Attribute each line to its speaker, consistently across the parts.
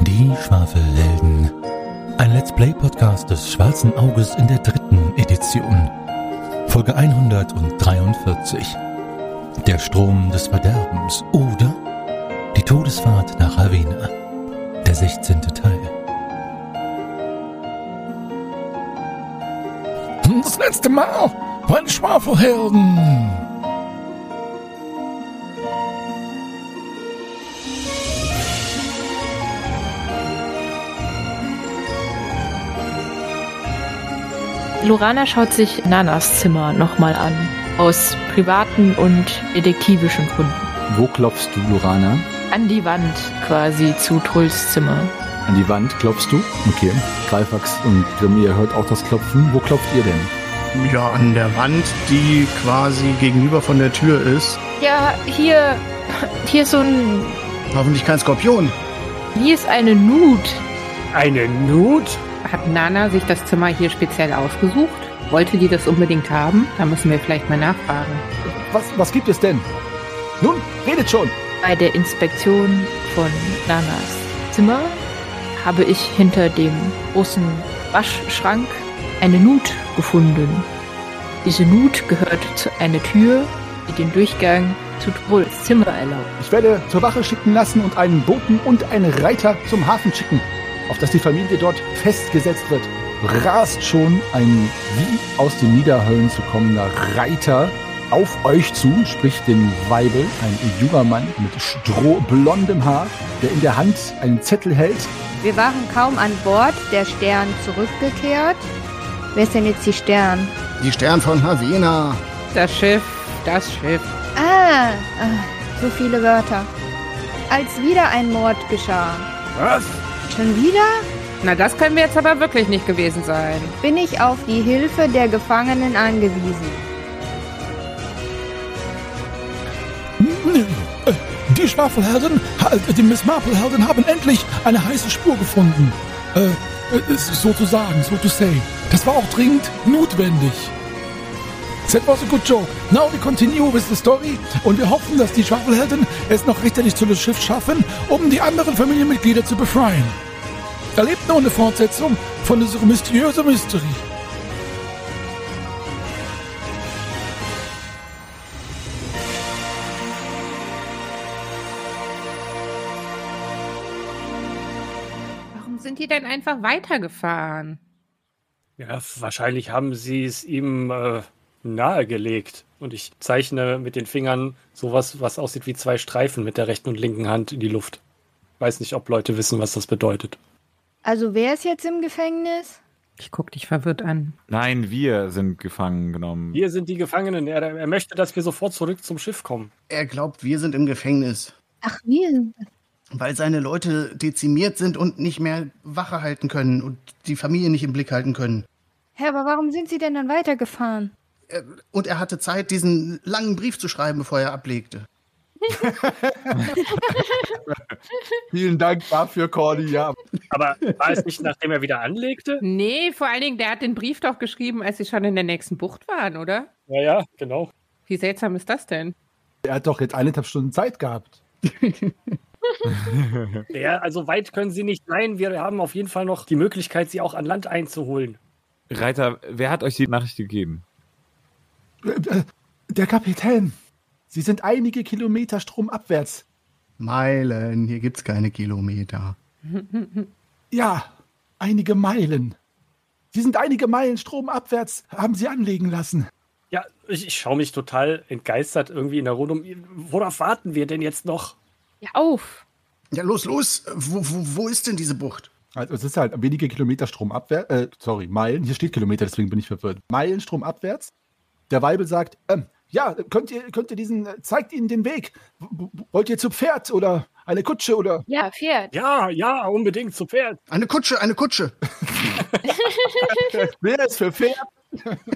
Speaker 1: Die Schwafelhelden. Ein Let's Play Podcast des Schwarzen Auges in der dritten Edition. Folge 143. Der Strom des Verderbens oder die Todesfahrt nach Ravenna. Der 16. Teil. Das letzte Mal meine Schwafelhelden.
Speaker 2: Lorana schaut sich Nanas Zimmer nochmal an. Aus privaten und detektivischen Gründen.
Speaker 3: Wo klopfst du, Lorana?
Speaker 2: An die Wand quasi zu Trulls Zimmer.
Speaker 3: An die Wand klopfst du? Okay. Greifax und Grimmir hört auch das Klopfen. Wo klopft ihr denn?
Speaker 4: Ja, an der Wand, die quasi gegenüber von der Tür ist.
Speaker 2: Ja, hier, hier ist so ein,
Speaker 4: Hoffentlich kein Skorpion.
Speaker 2: hier ist eine Nut.
Speaker 5: Eine Nut?
Speaker 6: Hat Nana sich das Zimmer hier speziell ausgesucht? Wollte die das unbedingt haben? Da müssen wir vielleicht mal nachfragen.
Speaker 3: Was, was gibt es denn? Nun, redet schon!
Speaker 2: Bei der Inspektion von Nanas Zimmer habe ich hinter dem großen Waschschrank eine Nut gefunden. Diese Nut gehört zu einer Tür, die den Durchgang zu Trulls Zimmer erlaubt.
Speaker 3: Ich werde zur Wache schicken lassen und einen Boten und einen Reiter zum Hafen schicken, auf dass die Familie dort festgesetzt wird. Rast schon ein wie aus den Niederhöllen zu kommender Reiter auf euch zu, sprich den Weibel, ein junger Mann mit strohblondem Haar, der in der Hand einen Zettel hält,
Speaker 7: Wir waren kaum an Bord, der Stern zurückgekehrt. Wer ist denn jetzt die Stern?
Speaker 4: Die Stern von Havena.
Speaker 6: Das Schiff, das Schiff.
Speaker 7: Ah, ah, so viele Wörter. Als wieder ein Mord geschah.
Speaker 5: Was?
Speaker 7: Schon wieder
Speaker 6: Na, das können wir jetzt aber wirklich nicht gewesen sein.
Speaker 7: bin ich auf die Hilfe der Gefangenen angewiesen.
Speaker 1: Die Schwafelhelden, äh, die Miss Marple-Helden haben endlich eine heiße Spur gefunden. Äh, äh, sozusagen, so to say. Das war auch dringend notwendig. That was a good joke. Now we continue with the story und wir hoffen, dass die Schwafelhelden es noch rechtzeitig zu dem Schiff schaffen, um die anderen Familienmitglieder zu befreien. Erlebt noch eine Fortsetzung von diesem mysteriösen Mystery.
Speaker 6: Warum sind die denn einfach weitergefahren?
Speaker 5: Ja, wahrscheinlich haben sie es ihm äh, nahegelegt. Und ich zeichne mit den Fingern sowas, was aussieht wie zwei Streifen mit der rechten und linken Hand in die Luft. Weiß nicht, ob Leute wissen, was das bedeutet.
Speaker 7: Also wer ist jetzt im Gefängnis?
Speaker 6: Ich guck dich verwirrt an.
Speaker 8: Nein, wir sind gefangen genommen.
Speaker 5: Hier sind die Gefangenen. Er, er möchte, dass wir sofort zurück zum Schiff kommen.
Speaker 4: Er glaubt, wir sind im Gefängnis,
Speaker 7: Ach, wir sind das.
Speaker 4: weil seine Leute dezimiert sind und nicht mehr Wache halten können und die Familie nicht im Blick halten können.
Speaker 7: Hä, aber warum sind sie denn dann weitergefahren?
Speaker 4: Und er hatte Zeit, diesen langen Brief zu schreiben, bevor er ablegte.
Speaker 3: Vielen Dank dafür, Cordy. Ja.
Speaker 5: Aber war es nicht, nachdem er wieder anlegte?
Speaker 6: Nee, vor allen Dingen, der hat den Brief doch geschrieben, als sie schon in der nächsten Bucht waren, oder?
Speaker 5: Ja, ja, genau.
Speaker 6: Wie seltsam ist das denn?
Speaker 3: Er hat doch jetzt eineinhalb Stunden Zeit gehabt.
Speaker 5: Ja, also weit können sie nicht sein. Wir haben auf jeden Fall noch die Möglichkeit, sie auch an Land einzuholen.
Speaker 8: Reiter, wer hat euch die Nachricht gegeben?
Speaker 3: Äh, Der Kapitän. Sie sind einige Kilometer stromabwärts.
Speaker 4: Meilen, hier gibt's keine Kilometer.
Speaker 3: Ja, einige Meilen. Sie sind einige Meilen stromabwärts, haben sie anlegen lassen.
Speaker 5: Ja, ich, ich schaue mich total entgeistert irgendwie in der Runde um. Worauf warten wir denn jetzt noch?
Speaker 2: Ja, auf!
Speaker 4: Ja, los, los. Wo, wo, wo ist denn diese Bucht?
Speaker 3: Also es ist halt wenige Kilometer stromabwärts, äh, sorry, Meilen. Hier steht Kilometer, deswegen bin ich verwirrt. Meilen stromabwärts. Der Weibel sagt, ähm, ja, könnt ihr, könnt ihr diesen, äh, zeigt ihnen den Weg. W- w- Wollt ihr zu Pferd oder eine Kutsche oder?
Speaker 2: Ja, Pferd!
Speaker 5: Ja, ja, unbedingt zu Pferd.
Speaker 4: Eine Kutsche, eine Kutsche.
Speaker 3: Wer ist für Pferd?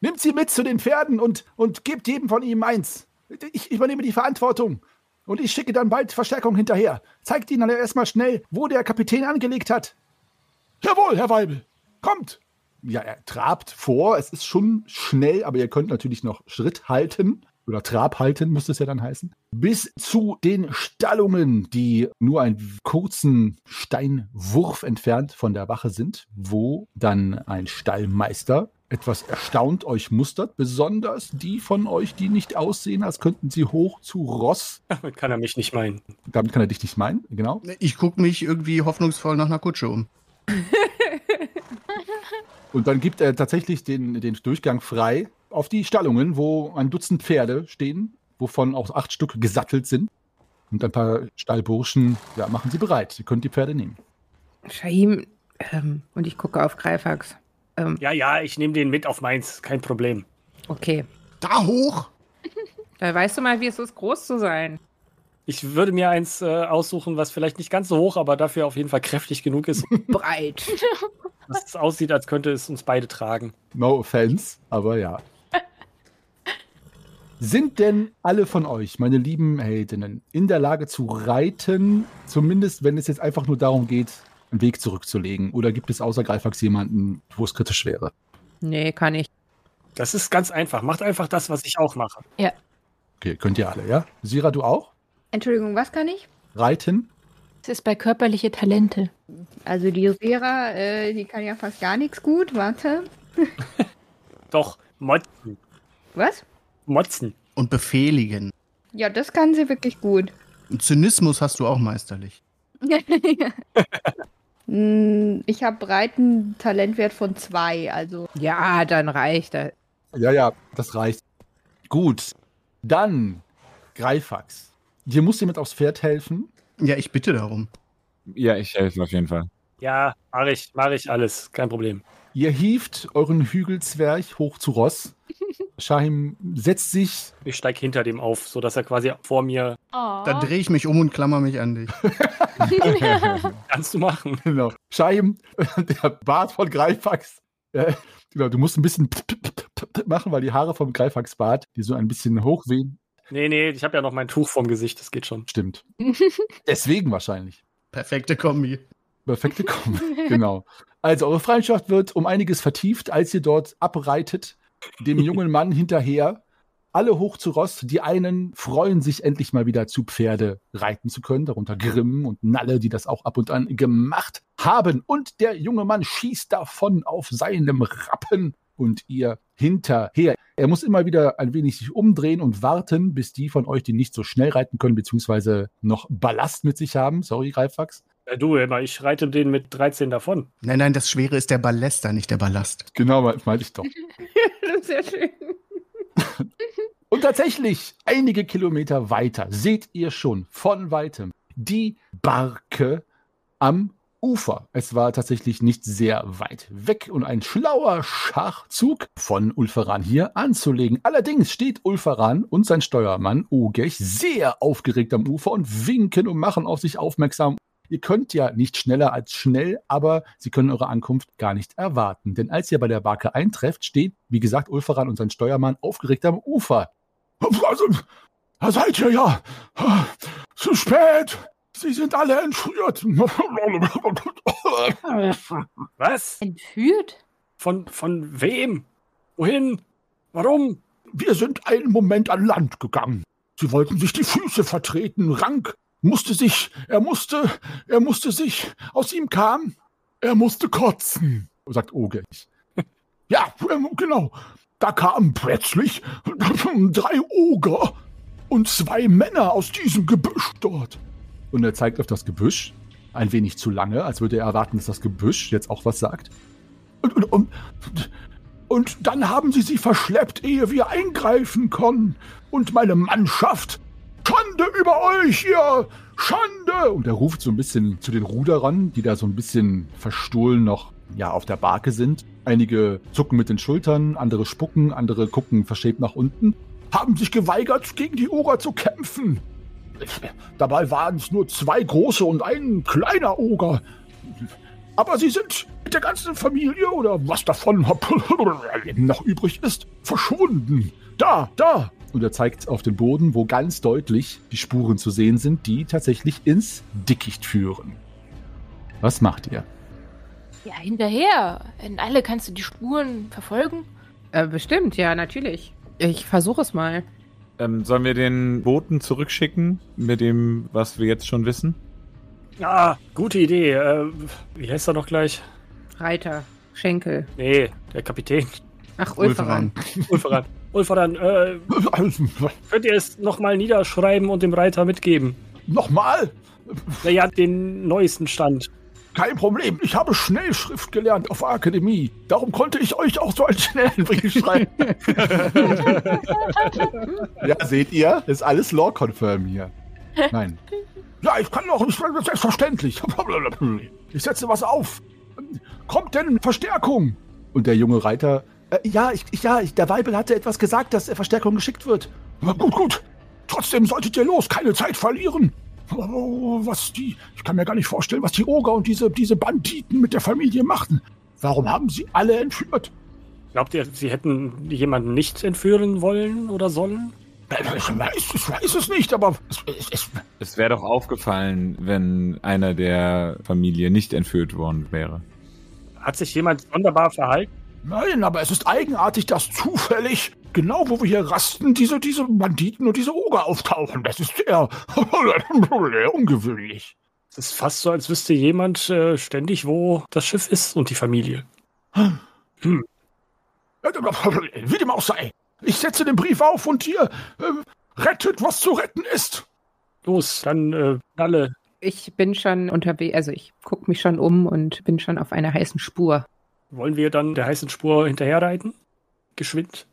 Speaker 3: Nimmt sie mit zu den Pferden und, und gebt jedem von ihm eins. Ich übernehme die Verantwortung. Und ich schicke dann bald Verstärkung hinterher. Zeigt ihnen alle erstmal schnell, wo der Kapitän angelegt hat. Jawohl, Herr Weibel. Kommt. Ja, er trabt vor. Es ist schon schnell, aber ihr könnt natürlich noch Schritt halten. oder Trab halten, müsste es ja dann heißen, bis zu den Stallungen, die nur einen kurzen Steinwurf entfernt von der Wache sind, wo dann ein Stallmeister etwas erstaunt euch mustert, besonders die von euch, die nicht aussehen, als könnten sie hoch zu Ross.
Speaker 5: Damit kann er mich nicht meinen.
Speaker 3: Damit kann er dich nicht meinen, genau.
Speaker 4: Ich gucke mich irgendwie hoffnungsvoll nach einer Kutsche um.
Speaker 3: Und dann gibt er tatsächlich den, den Durchgang frei auf die Stallungen, wo ein Dutzend Pferde stehen, wovon auch acht Stück gesattelt sind. Und ein paar Stallburschen ja, machen sie bereit. Ihr könnt die Pferde nehmen.
Speaker 6: Shahim, ähm, und ich gucke auf Greifax. Ähm,
Speaker 5: Ja, ja, ich nehme den mit auf meins, kein Problem.
Speaker 6: okay.
Speaker 4: Da hoch!
Speaker 6: Da weißt du mal, wie es ist, groß zu sein.
Speaker 5: Ich würde mir eins äh, aussuchen, was vielleicht nicht ganz so hoch, aber dafür auf jeden Fall kräftig genug ist,
Speaker 6: Breit.
Speaker 5: dass es aussieht, als könnte es uns beide tragen.
Speaker 3: No offense, aber ja. Sind denn alle von euch, meine lieben Heldinnen, in der Lage zu reiten, zumindest wenn es jetzt einfach nur darum geht, einen Weg zurückzulegen? Oder gibt es außer Greifax jemanden, wo es kritisch wäre?
Speaker 6: nee, kann ich.
Speaker 5: Das ist ganz einfach. Macht einfach das, was ich auch mache.
Speaker 3: Okay, könnt ihr alle, ja? Sira, du auch?
Speaker 7: Entschuldigung, was kann ich?
Speaker 3: Reiten?
Speaker 2: Es ist bei körperliche Talente.
Speaker 7: Also die Vera, äh, die kann ja fast gar nichts gut. Warte.
Speaker 5: Doch, motzen.
Speaker 7: Was?
Speaker 5: Motzen.
Speaker 4: Und befehligen.
Speaker 7: Ja, das kann sie wirklich gut.
Speaker 4: Zynismus hast du auch meisterlich.
Speaker 7: Mm, ich habe breiten Talentwert von zwei, also
Speaker 6: Ja, dann reicht er.
Speaker 3: Ja, ja, das reicht. Gut, dann Greifax. Dir muss jemand aufs Pferd helfen.
Speaker 4: Ja, ich bitte darum.
Speaker 8: Ja, ich helfe auf jeden Fall.
Speaker 5: Ja, mache ich, mache ich alles. Kein Problem.
Speaker 3: Ihr hieft euren Hügelzwerg hoch zu Ross. Shahim setzt sich
Speaker 5: Ich steige hinter dem auf, sodass er quasi vor mir.
Speaker 2: Oh.
Speaker 4: Dann drehe ich mich um und klammer mich an dich.
Speaker 5: Kannst du machen?
Speaker 3: Genau. Scheim, der Bart von Greifax. Äh, genau, du musst ein bisschen machen, weil die Haare vom Greifax-Bart, die so ein bisschen hochwehen,
Speaker 5: Nee, nee, ich habe ja noch mein Tuch vorm Gesicht, das geht schon.
Speaker 3: stimmt. Deswegen wahrscheinlich.
Speaker 4: Perfekte Kombi.
Speaker 3: Perfekte Kombi. genau. Also, eure Freundschaft wird um einiges vertieft, als ihr dort abreitet, dem jungen Mann hinterher. Alle hoch zu Ross. Die einen freuen sich endlich mal wieder zu Pferde reiten zu können, darunter Grimm und Nalle, die das auch ab und an gemacht haben. Und der junge Mann schießt davon auf seinem Rappen und ihr hinterher. Er muss immer wieder ein wenig sich umdrehen und warten, bis die von euch, die nicht so schnell reiten können, beziehungsweise noch Ballast mit sich haben. Sorry, Greifax.
Speaker 5: Ja, Äh, du, immer, ich reite den mit 13 davon.
Speaker 4: Nein, nein, das Schwere ist der Ballester, nicht der Ballast.
Speaker 3: Genau, me- meinte ich doch.
Speaker 6: das ist ja schön.
Speaker 3: Und tatsächlich, einige Kilometer weiter, seht ihr schon von weitem die Barke am Ufer. Es war tatsächlich nicht sehr weit weg und ein schlauer Schachzug von Ulferan hier anzulegen. Allerdings steht Ulferan und sein Steuermann Ogech sehr aufgeregt am Ufer und winken und machen auf sich aufmerksam. Ihr könnt ja nicht schneller als schnell, aber sie können eure Ankunft gar nicht erwarten. Denn als ihr bei der Barke eintrefft, steht, wie gesagt, Ulferan und sein Steuermann aufgeregt am Ufer. Also, da seid ihr ja. äh, Zu spät. Sie sind alle entfriert.
Speaker 5: Was?
Speaker 2: Entführt?
Speaker 5: Von, von wem? Wohin? Warum?
Speaker 3: Wir sind einen Moment an Land gegangen. Sie wollten sich die Füße vertreten. Rank musste sich, er musste, er musste sich, aus ihm kam, er musste kotzen, sagt Ogech. ja, ähm, genau. Da kamen plötzlich drei Oger und zwei Männer aus diesem Gebüsch dort. Und er zeigt auf das Gebüsch, ein wenig zu lange, als würde er erwarten, dass das Gebüsch jetzt auch was sagt. Und, und, und und dann haben sie sie verschleppt, ehe wir eingreifen konnten. Und meine Mannschaft, Schande über euch, ihr Schande! Und er ruft so ein bisschen zu den Ruderern, die da so ein bisschen verstohlen noch ja, auf der Barke sind. Einige zucken mit den Schultern, andere spucken, andere gucken verschämt nach unten. Haben sich geweigert, gegen die Oger zu kämpfen. Dabei waren es nur zwei große und ein kleiner Oger. Aber sie sind mit der ganzen Familie oder was davon noch übrig ist, verschwunden. Da, da. Und er zeigt auf den Boden, wo ganz deutlich die Spuren zu sehen sind, die tatsächlich ins Dickicht führen. Was macht ihr?
Speaker 2: Ja, hinterher. In alle kannst du die Spuren verfolgen.
Speaker 6: Äh, bestimmt, ja, natürlich. Ich versuche es mal.
Speaker 8: Ähm, sollen wir den Boten zurückschicken mit dem, was wir jetzt schon wissen?
Speaker 5: Ah, gute Idee. Äh, wie heißt er noch gleich?
Speaker 6: Reiter, Schenkel.
Speaker 5: Nee, der Kapitän.
Speaker 6: Ach, Ulferan.
Speaker 5: Ulferan. Ulferan, äh,
Speaker 1: Also,
Speaker 5: könnt ihr es nochmal niederschreiben und dem Reiter mitgeben?
Speaker 1: Nochmal?
Speaker 5: Naja, den neuesten Stand.
Speaker 1: Kein Problem, ich habe Schnellschrift gelernt auf der Akademie. Darum konnte ich euch auch so einen schnellen Brief schreiben.
Speaker 3: Ja, seht ihr? Ist alles Law Confirm hier. Nein.
Speaker 1: Ja, ich kann auch, ich, selbstverständlich. Ich setze was auf. Kommt denn Verstärkung?
Speaker 3: Und der junge Reiter.
Speaker 1: Äh, ja, ich, ich- ja, ich, der Weibel hatte etwas gesagt, dass äh, Verstärkung geschickt wird. Aber gut, gut. Trotzdem solltet ihr los, keine Zeit verlieren. Oh, was die, ich kann mir gar nicht vorstellen, was die Oger und diese, diese Banditen mit der Familie machten. Warum haben sie alle entführt?
Speaker 5: Glaubt ihr, sie hätten jemanden nicht entführen wollen oder sollen?
Speaker 1: Äh, Ich weiß, ich weiß es nicht, aber es, es, es,
Speaker 8: Es wäre doch aufgefallen, wenn einer der Familie nicht entführt worden wäre.
Speaker 5: Hat sich jemand sonderbar verhalten?
Speaker 1: nein, aber es ist eigenartig, dass zufällig, genau wo wir hier rasten, diese, diese Banditen und diese Oger auftauchen. Das ist sehr ungewöhnlich.
Speaker 5: Es ist fast so, als wüsste jemand äh, ständig, wo das Schiff ist und die Familie.
Speaker 1: Wie dem auch sei. Ich setze den Brief auf und hier äh, rettet, was zu retten ist.
Speaker 5: Los, dann äh, alle.
Speaker 6: Ich bin schon unterwegs, also ich gucke mich schon um und bin schon auf einer heißen Spur.
Speaker 5: Wollen wir dann der heißen Spur hinterherreiten? Geschwind.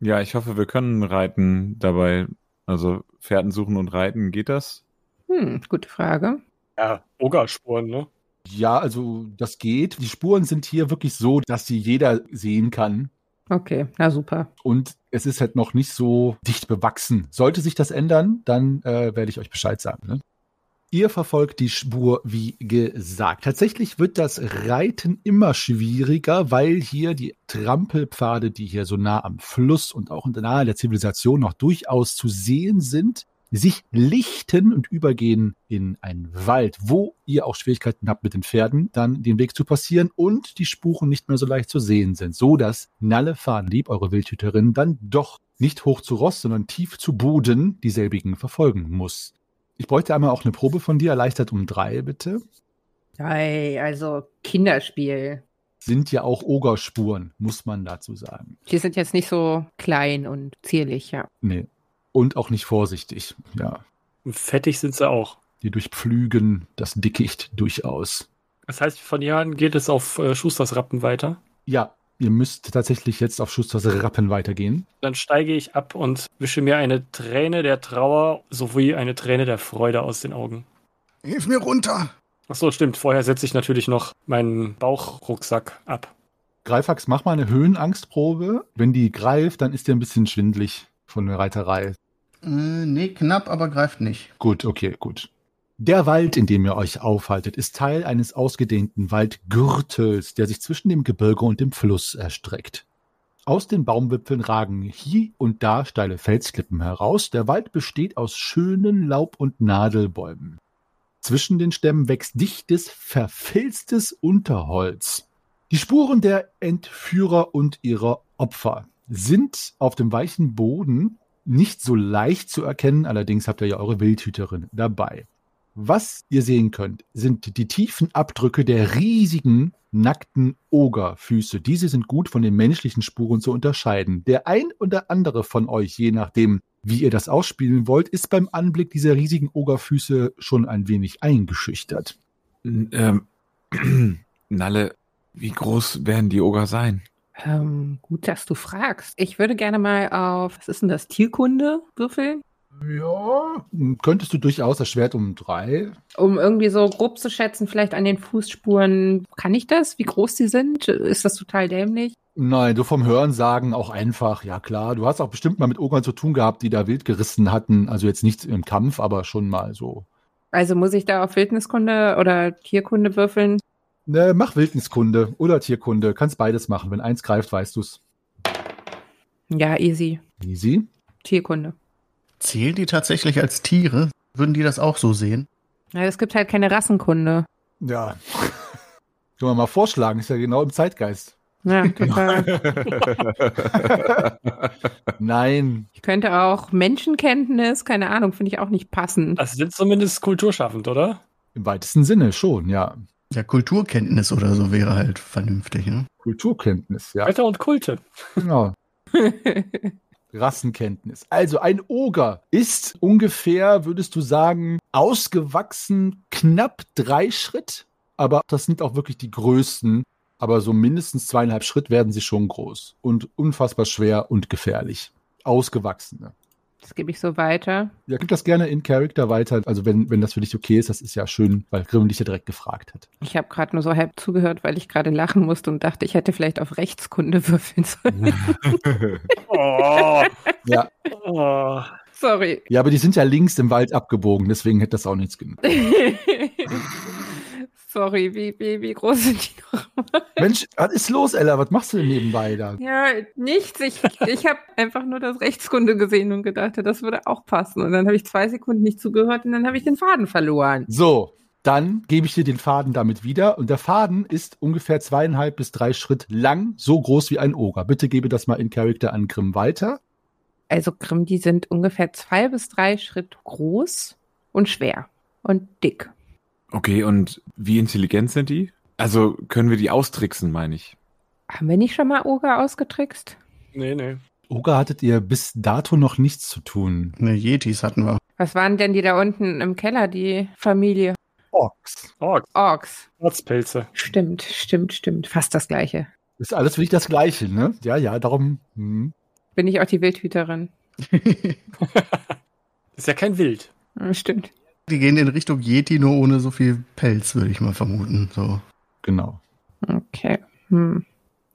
Speaker 8: Ja, ich hoffe, wir können reiten dabei. Also Pferden suchen und reiten, geht das?
Speaker 6: Hm, gute Frage.
Speaker 5: Ja, Ogerspuren, ne?
Speaker 3: Ja, also das geht. Die Spuren sind hier wirklich so, dass sie jeder sehen kann.
Speaker 6: Okay, na super.
Speaker 3: Und es ist halt noch nicht so dicht bewachsen. Sollte sich das ändern, dann äh, werde ich euch Bescheid sagen. Ne? Ihr verfolgt die Spur, wie gesagt. Tatsächlich wird das Reiten immer schwieriger, weil hier die Trampelpfade, die hier so nah am Fluss und auch nahe der Zivilisation noch durchaus zu sehen sind, sich lichten und übergehen in einen Wald, wo ihr auch Schwierigkeiten habt mit den Pferden, dann den Weg zu passieren und die Spuren nicht mehr so leicht zu sehen sind, so dass Nalle Fahnenlieb, eure Wildhüterin, dann doch nicht hoch zu Ross, sondern tief zu Boden dieselbigen verfolgen muss. Ich bräuchte einmal auch eine Probe von dir, erleichtert um drei, bitte.
Speaker 6: Ei, also Kinderspiel.
Speaker 3: Sind ja auch Ogerspuren, muss man dazu sagen.
Speaker 6: Die sind jetzt nicht so klein und zierlich, ja.
Speaker 3: Nee. Und auch nicht vorsichtig. Ja.
Speaker 5: Und fettig sind sie auch.
Speaker 3: Die durchpflügen das Dickicht durchaus.
Speaker 5: Das heißt, von hier an geht es auf äh, Schusters Rappen weiter.
Speaker 3: Ja, ihr müsst tatsächlich jetzt auf Schusters Rappen weitergehen.
Speaker 5: Dann steige ich ab und wische mir eine Träne der Trauer sowie eine Träne der Freude aus den Augen.
Speaker 4: Hilf mir runter.
Speaker 5: Ach so, stimmt. Vorher setze ich natürlich noch meinen Bauchrucksack ab.
Speaker 3: Greifax, mach mal eine Höhenangstprobe. Wenn die greift, dann ist dir ein bisschen schwindlig von der Reiterei.
Speaker 4: Äh, nee, knapp, aber greift nicht.
Speaker 3: Gut, okay, gut. Der Wald, in dem ihr euch aufhaltet, ist Teil eines ausgedehnten Waldgürtels, der sich zwischen dem Gebirge und dem Fluss erstreckt. Aus den Baumwipfeln ragen hier und da steile Felsklippen heraus. Der Wald besteht aus schönen Laub- und Nadelbäumen. Zwischen den Stämmen wächst dichtes, verfilztes Unterholz. Die Spuren der Entführer und ihrer Opfer sind auf dem weichen Boden nicht so leicht zu erkennen, allerdings habt ihr ja eure Wildhüterin dabei. Was ihr sehen könnt, sind die tiefen Abdrücke der riesigen, nackten Ogerfüße. Diese sind gut von den menschlichen Spuren zu unterscheiden. Der ein oder andere von euch, je nachdem, wie ihr das ausspielen wollt, ist beim Anblick dieser riesigen Ogerfüße schon ein wenig eingeschüchtert.
Speaker 8: N- Ähm, Nalle, wie groß werden die Oger sein?
Speaker 6: Ähm, gut, dass du fragst. Ich würde gerne mal auf, was ist denn das, Tierkunde würfeln?
Speaker 3: Ja, könntest du durchaus das Schwert um drei.
Speaker 6: Um irgendwie so grob zu schätzen, vielleicht an den Fußspuren, kann ich das? Wie groß die sind? Ist das total dämlich?
Speaker 3: Nein, so vom Hören sagen auch einfach, ja klar. Du hast auch bestimmt mal mit Ogern zu tun gehabt, die da wild gerissen hatten. Also jetzt nicht im Kampf, aber schon mal so.
Speaker 6: Also muss ich da auf Wildniskunde oder Tierkunde würfeln?
Speaker 3: Ne, mach Wildniskunde oder Tierkunde. Kannst beides machen. Wenn eins greift, weißt du's.
Speaker 6: Ja, easy.
Speaker 3: Easy.
Speaker 6: Tierkunde.
Speaker 4: Zählen die tatsächlich als Tiere? Würden die das auch so sehen?
Speaker 6: Ja, es gibt halt keine Rassenkunde.
Speaker 3: Ja. Können wir mal vorschlagen, ist ja genau im Zeitgeist.
Speaker 6: Ja, total.
Speaker 3: Nein.
Speaker 6: ich könnte auch Menschenkenntnis, keine Ahnung, finde ich auch nicht passend.
Speaker 5: Das sind zumindest kulturschaffend, oder?
Speaker 3: Im weitesten Sinne schon, ja.
Speaker 4: Ja, Kulturkenntnis oder so wäre halt vernünftig, ne?
Speaker 3: Kulturkenntnis, ja.
Speaker 5: Götter und Kulte.
Speaker 3: Genau. Rassenkenntnis. Also ein Oger ist ungefähr, würdest du sagen, ausgewachsen knapp drei Schritt. Aber das sind auch wirklich die größten. Aber so mindestens zweieinhalb Schritt werden sie schon groß und unfassbar schwer und gefährlich. Ausgewachsene.
Speaker 6: Das gebe ich so weiter.
Speaker 3: Ja, gib das gerne in Character weiter. Also wenn, wenn das für dich okay ist, das ist ja schön, weil Grimm dich ja direkt gefragt hat.
Speaker 6: Ich habe gerade nur so halb zugehört, weil ich gerade lachen musste und dachte, ich hätte vielleicht auf Rechtskunde würfeln sollen.
Speaker 5: Oh,
Speaker 3: Ja,
Speaker 5: oh.
Speaker 6: Sorry.
Speaker 3: ja aber die sind ja links im Wald abgebogen, deswegen hätte das auch nichts genutzt.
Speaker 6: Sorry, wie, wie, wie groß sind die noch?
Speaker 3: Mensch, was ist los, Ella? Was machst du denn nebenbei da?
Speaker 6: Ja, nichts. Ich, ich habe einfach nur das Rechtskunde gesehen und gedacht, das würde auch passen. Und dann habe ich zwei Sekunden nicht zugehört und dann habe ich den Faden verloren.
Speaker 3: So, dann gebe ich dir den Faden damit wieder. Und der Faden ist ungefähr zweieinhalb bis drei Schritt lang, so groß wie ein Oger. Bitte gebe das mal in Character an Grimm weiter.
Speaker 6: Also Grimm, die sind ungefähr zwei bis drei Schritt groß und schwer und dick.
Speaker 8: Okay, und wie intelligent sind die? Also können wir die austricksen, meine ich.
Speaker 6: Haben wir nicht schon mal Oger ausgetrickst?
Speaker 5: Nee, nee.
Speaker 3: Oger hattet ihr bis dato noch nichts zu tun.
Speaker 4: Ne, Yetis hatten wir.
Speaker 6: Was waren denn die da unten im Keller, die Familie?
Speaker 3: Orks.
Speaker 5: Orks,
Speaker 6: Orks.
Speaker 5: Ortspilze.
Speaker 6: Stimmt, stimmt, stimmt. Fast das Gleiche.
Speaker 3: Ist alles für dich das Gleiche, ne? Ja, ja, darum. Hm.
Speaker 6: Bin ich auch die Wildhüterin?
Speaker 5: Ist ja kein Wild.
Speaker 6: Hm, Stimmt.
Speaker 4: Die gehen in Richtung Yeti, nur ohne so viel Pelz, würde ich mal vermuten. So.
Speaker 3: Genau.
Speaker 6: Okay. Hm.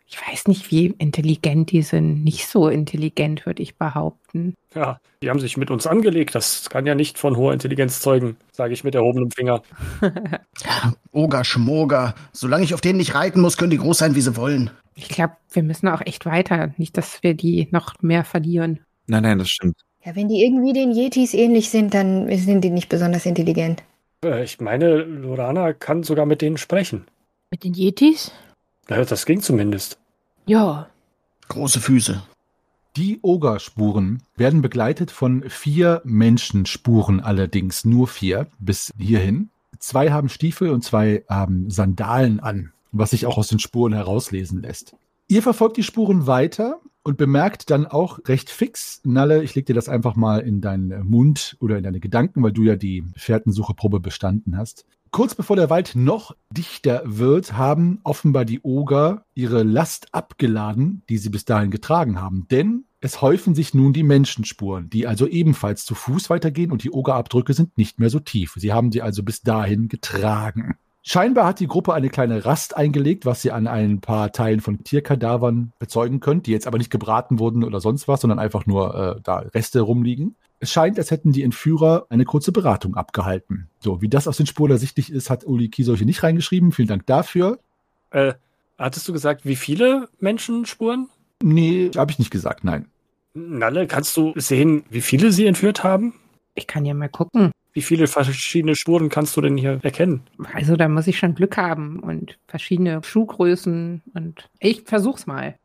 Speaker 6: Ich weiß nicht, wie intelligent die sind. Nicht so intelligent, würde ich behaupten.
Speaker 5: Ja, die haben sich mit uns angelegt. Das kann ja nicht von hoher Intelligenz zeugen, sage ich mit erhobenem Finger.
Speaker 4: Oger, Schmoger. Solange ich auf denen nicht reiten muss, können die groß sein, wie sie wollen.
Speaker 6: Ich glaube, wir müssen auch echt weiter. Nicht, dass wir die noch mehr verlieren.
Speaker 8: Nein, nein, das stimmt.
Speaker 9: Ja, wenn die irgendwie den Yetis ähnlich sind, dann sind die nicht besonders intelligent.
Speaker 5: Äh, Ich meine, Lorana kann sogar mit denen sprechen.
Speaker 2: Mit den Yetis?
Speaker 5: Naja, Das ging zumindest.
Speaker 2: Ja.
Speaker 4: Große Füße.
Speaker 3: Die Ogerspuren werden begleitet von vier Menschenspuren allerdings, nur vier bis hierhin. Zwei haben Stiefel und zwei haben Sandalen an, was sich auch aus den Spuren herauslesen lässt. Ihr verfolgt die Spuren weiter und bemerkt dann auch recht fix, Nalle, ich leg dir das einfach mal in deinen Mund oder in deine Gedanken, weil du ja die Fährtensucheprobe bestanden hast. Kurz bevor der Wald noch dichter wird, haben offenbar die Oger ihre Last abgeladen, die sie bis dahin getragen haben. Denn es häufen sich nun die Menschenspuren, die also ebenfalls zu Fuß weitergehen und die Ogerabdrücke sind nicht mehr so tief. Sie haben sie also bis dahin getragen. Scheinbar hat die Gruppe eine kleine Rast eingelegt, was ihr an ein paar Teilen von Tierkadavern bezeugen könnt, die jetzt aber nicht gebraten wurden oder sonst was, sondern einfach nur äh, da Reste rumliegen. Es scheint, als hätten die Entführer eine kurze Beratung abgehalten. So, wie das aus den Spuren ersichtlich ist, hat Uli Kiesolche nicht reingeschrieben. Vielen Dank dafür.
Speaker 5: Äh, hattest du gesagt, wie viele Menschenspuren?
Speaker 3: Nee, habe ich nicht gesagt, nein.
Speaker 5: Nalle, kannst du sehen, wie viele sie entführt haben?
Speaker 6: Ich kann ja mal gucken.
Speaker 5: Wie viele verschiedene Spuren kannst du denn hier erkennen?
Speaker 6: Also, da muss ich schon Glück haben und verschiedene Schuhgrößen und ich versuch's mal.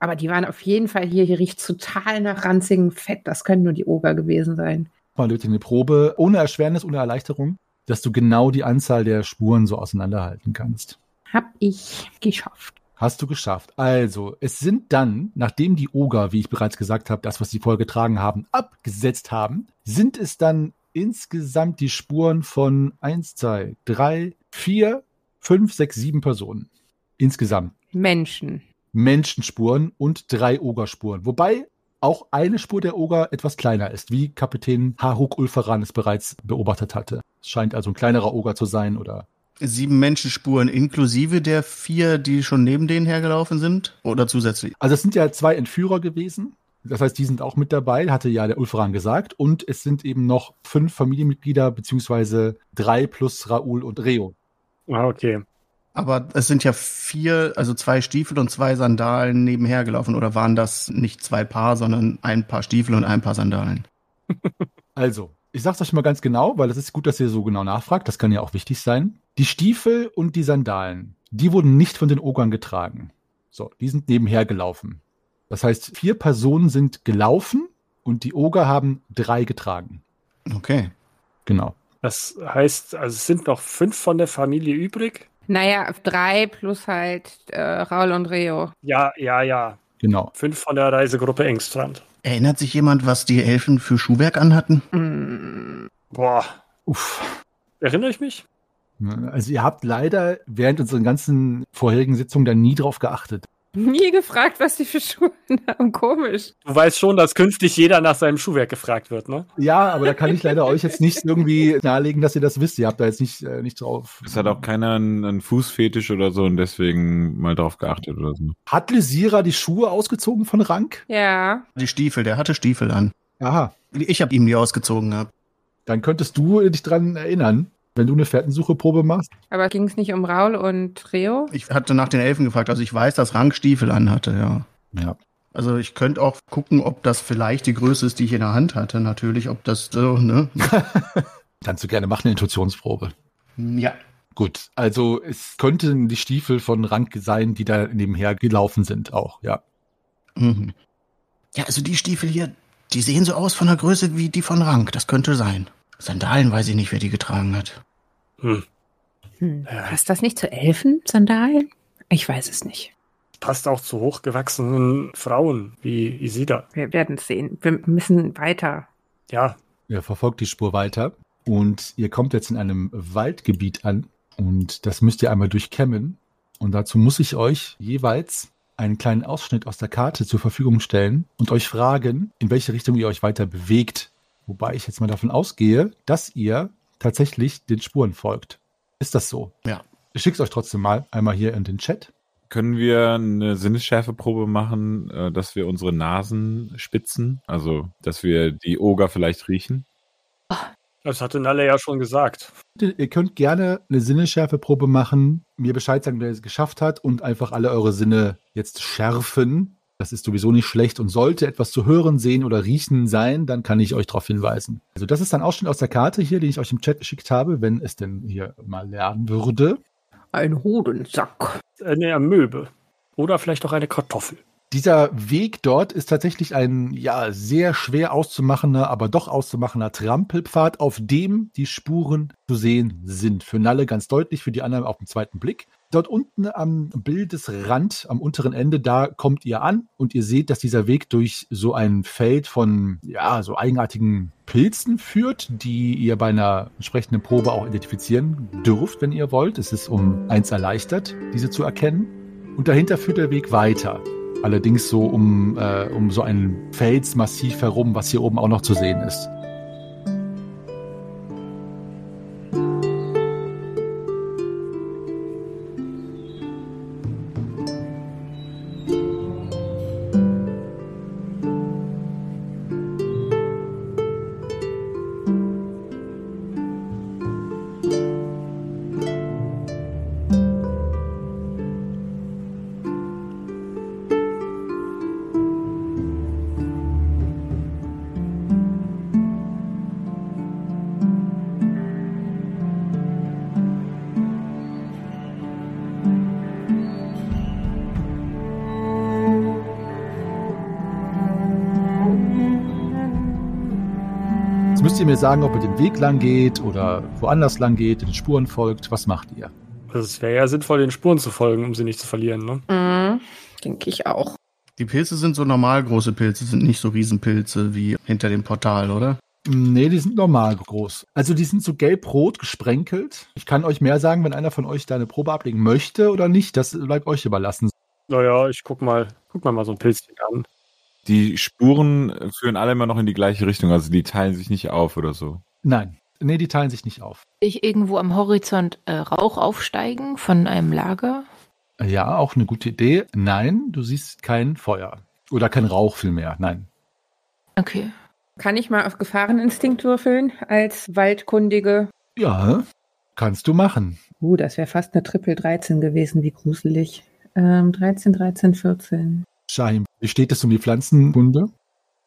Speaker 6: Aber die waren auf jeden Fall hier. Hier riecht total nach ranzigem Fett. Das können nur die Oger gewesen sein.
Speaker 3: Mal löte eine Probe, ohne Erschwernis, ohne Erleichterung, dass du genau die Anzahl der Spuren so auseinanderhalten kannst.
Speaker 6: Hab ich geschafft.
Speaker 3: Hast du geschafft. Also, es sind dann, nachdem die Oger, wie ich bereits gesagt habe, das, was sie vorgetragen haben, abgesetzt haben, sind es dann insgesamt die Spuren von 1, 2, 3, 4, 5, 6, 7 Personen. Insgesamt
Speaker 6: Menschen.
Speaker 3: Menschenspuren und drei Ogerspuren. Wobei auch eine Spur der Oger etwas kleiner ist, wie Kapitän Haruk Ulfaran es bereits beobachtet hatte. Es scheint also ein kleinerer Oger zu sein oder
Speaker 4: Sieben Menschenspuren inklusive der vier, die schon neben denen hergelaufen sind? Oder zusätzlich?
Speaker 3: Also es sind ja zwei Entführer gewesen. Das heißt, die sind auch mit dabei, hatte ja der Ulfran gesagt. Und es sind eben noch fünf Familienmitglieder, beziehungsweise drei plus Raoul und Reo.
Speaker 5: Ah, okay.
Speaker 4: Aber es sind ja vier, also zwei Stiefel und zwei Sandalen nebenher gelaufen. Oder waren das nicht zwei Paar, sondern ein Paar Stiefel und ein Paar Sandalen?
Speaker 3: Also, ich sag's euch mal ganz genau, weil es ist gut, dass ihr so genau nachfragt. Das kann ja auch wichtig sein. Die Stiefel und die Sandalen, die wurden nicht von den Ogern getragen. So, die sind nebenher gelaufen. Das heißt, vier Personen sind gelaufen und die Oger haben drei getragen.
Speaker 4: Okay.
Speaker 3: Genau.
Speaker 5: Das heißt, also es sind noch fünf von der Familie übrig.
Speaker 6: Naja, drei plus halt äh, Raul und Reo.
Speaker 5: Ja, ja, ja.
Speaker 3: Genau.
Speaker 5: Fünf von der Reisegruppe Engstrand.
Speaker 4: Erinnert sich jemand, was die Elfen für Schuhwerk anhatten?
Speaker 6: Mm,
Speaker 5: Boah,
Speaker 3: Uff.
Speaker 5: erinnere ich mich?
Speaker 3: Also ihr habt leider während unseren ganzen vorherigen Sitzungen da nie drauf geachtet.
Speaker 6: nie gefragt, was die für Schuhe haben. Komisch.
Speaker 5: Du weißt schon, dass künftig jeder nach seinem Schuhwerk gefragt wird, ne?
Speaker 3: Ja, aber da kann ich leider euch jetzt nicht irgendwie nahelegen, dass ihr das wisst. Ihr habt da jetzt nicht, äh, nicht drauf.
Speaker 8: Es hat auch keiner einen, einen Fußfetisch oder so und deswegen mal drauf geachtet oder so.
Speaker 3: Hat Lysira die Schuhe ausgezogen von Rank?
Speaker 6: Ja.
Speaker 4: Die Stiefel, der hatte Stiefel an.
Speaker 3: Aha.
Speaker 4: Ich habe ihm die ausgezogen gehabt.
Speaker 3: Dann könntest du dich dran erinnern, wenn du eine Fährtensucheprobe machst.
Speaker 6: Aber ging es nicht um Raul und Reo?
Speaker 4: Ich hatte nach den Elfen gefragt, also ich weiß, dass Rank Stiefel anhatte, ja.
Speaker 3: Ja.
Speaker 4: Also ich könnte auch gucken, ob das vielleicht die Größe ist, die ich in der Hand hatte, natürlich, ob das so, ne?
Speaker 3: Kannst du gerne machen, eine Intuitionsprobe.
Speaker 4: Hm, ja.
Speaker 3: Gut, also es könnten die Stiefel von Rank sein, die da nebenher gelaufen sind auch, ja.
Speaker 4: Mhm. Ja, also die Stiefel hier, die sehen so aus von der Größe wie die von Rank, das könnte sein. Sandalen weiß ich nicht, wer die getragen hat.
Speaker 5: Hm.
Speaker 6: Hm.
Speaker 5: Ja.
Speaker 6: Passt das nicht zu Elfen, Sandalen? Ich weiß es nicht.
Speaker 5: Passt auch zu hochgewachsenen Frauen wie Isida.
Speaker 6: Wir werden es sehen. Wir müssen weiter.
Speaker 5: Ja,
Speaker 3: Ihr verfolgt die Spur weiter und ihr kommt jetzt in einem Waldgebiet an und das müsst ihr einmal durchkämmen. Und dazu muss ich euch jeweils einen kleinen Ausschnitt aus der Karte zur Verfügung stellen und euch fragen, in welche Richtung ihr euch weiter bewegt. Wobei ich jetzt mal davon ausgehe, dass ihr tatsächlich den Spuren folgt. Ist das so?
Speaker 4: Ja.
Speaker 3: Ich schick's euch trotzdem mal einmal hier in den Chat.
Speaker 8: Können wir eine Sinnesschärfeprobe machen, äh, dass wir unsere Nasen spitzen? Also, dass wir die Oger vielleicht riechen?
Speaker 5: das hatte Nalle ja schon gesagt.
Speaker 3: Ihr könnt gerne eine Sinneschärfeprobe machen, mir Bescheid sagen, wer es geschafft hat und einfach alle eure Sinne jetzt schärfen. Das ist sowieso nicht schlecht und sollte etwas zu hören, sehen oder riechen sein, dann kann ich euch darauf hinweisen. Also das ist ein Ausschnitt aus der Karte hier, den ich euch im Chat geschickt habe, wenn es denn hier mal lernen würde.
Speaker 6: Ein Hodensack.
Speaker 5: Eine Amöbe. Oder vielleicht auch eine Kartoffel.
Speaker 3: Dieser Weg dort ist tatsächlich ein ja sehr schwer auszumachender, aber doch auszumachender Trampelpfad, auf dem die Spuren zu sehen sind. Für Nalle ganz deutlich, für die anderen auf den zweiten Blick. Dort unten am Bildesrand, am unteren Ende, da kommt ihr an und ihr seht, dass dieser Weg durch so ein Feld von ja so eigenartigen Pilzen führt, die ihr bei einer entsprechenden Probe auch identifizieren dürft, wenn ihr wollt. Es ist um eins erleichtert, diese zu erkennen. Und dahinter führt der Weg weiter allerdings so um, äh, um so ein Felsmassiv herum, was hier oben auch noch zu sehen ist. Jetzt müsst ihr mir sagen, ob ihr den Weg lang geht oder woanders lang geht, den Spuren folgt. Was macht ihr?
Speaker 5: Also es wäre ja sinnvoll, den Spuren zu folgen, um sie nicht zu verlieren, ne?
Speaker 6: Mhm. Denke ich auch.
Speaker 4: Die Pilze sind so normal große Pilze, sind nicht so Riesenpilze wie hinter dem Portal, oder?
Speaker 3: Hm, Nee, die sind normal groß. Also die sind so gelb-rot gesprenkelt. Ich kann euch mehr sagen, wenn einer von euch da eine Probe ablegen möchte oder nicht. Das bleibt euch überlassen.
Speaker 5: Naja, ich guck mal, guck mal mal so ein Pilzchen an.
Speaker 8: Die Spuren äh, führen alle immer noch in die gleiche Richtung, also die teilen sich nicht auf oder so.
Speaker 3: Nein. Nee, die teilen sich nicht auf.
Speaker 2: Sehe ich irgendwo am Horizont äh, Rauch aufsteigen von einem Lager?
Speaker 3: Ja, auch eine gute Idee. Nein, du siehst kein Feuer. Oder kein Rauch vielmehr. Nein.
Speaker 2: Okay.
Speaker 6: Kann ich mal auf Gefahreninstinkt würfeln als Waldkundige?
Speaker 3: Ja, kannst du machen.
Speaker 6: Uh, das wäre fast eine Triple 13 gewesen, wie gruselig. Ähm, 13, 13, 14.
Speaker 3: Shahim, wie steht es um die Pflanzenkunde?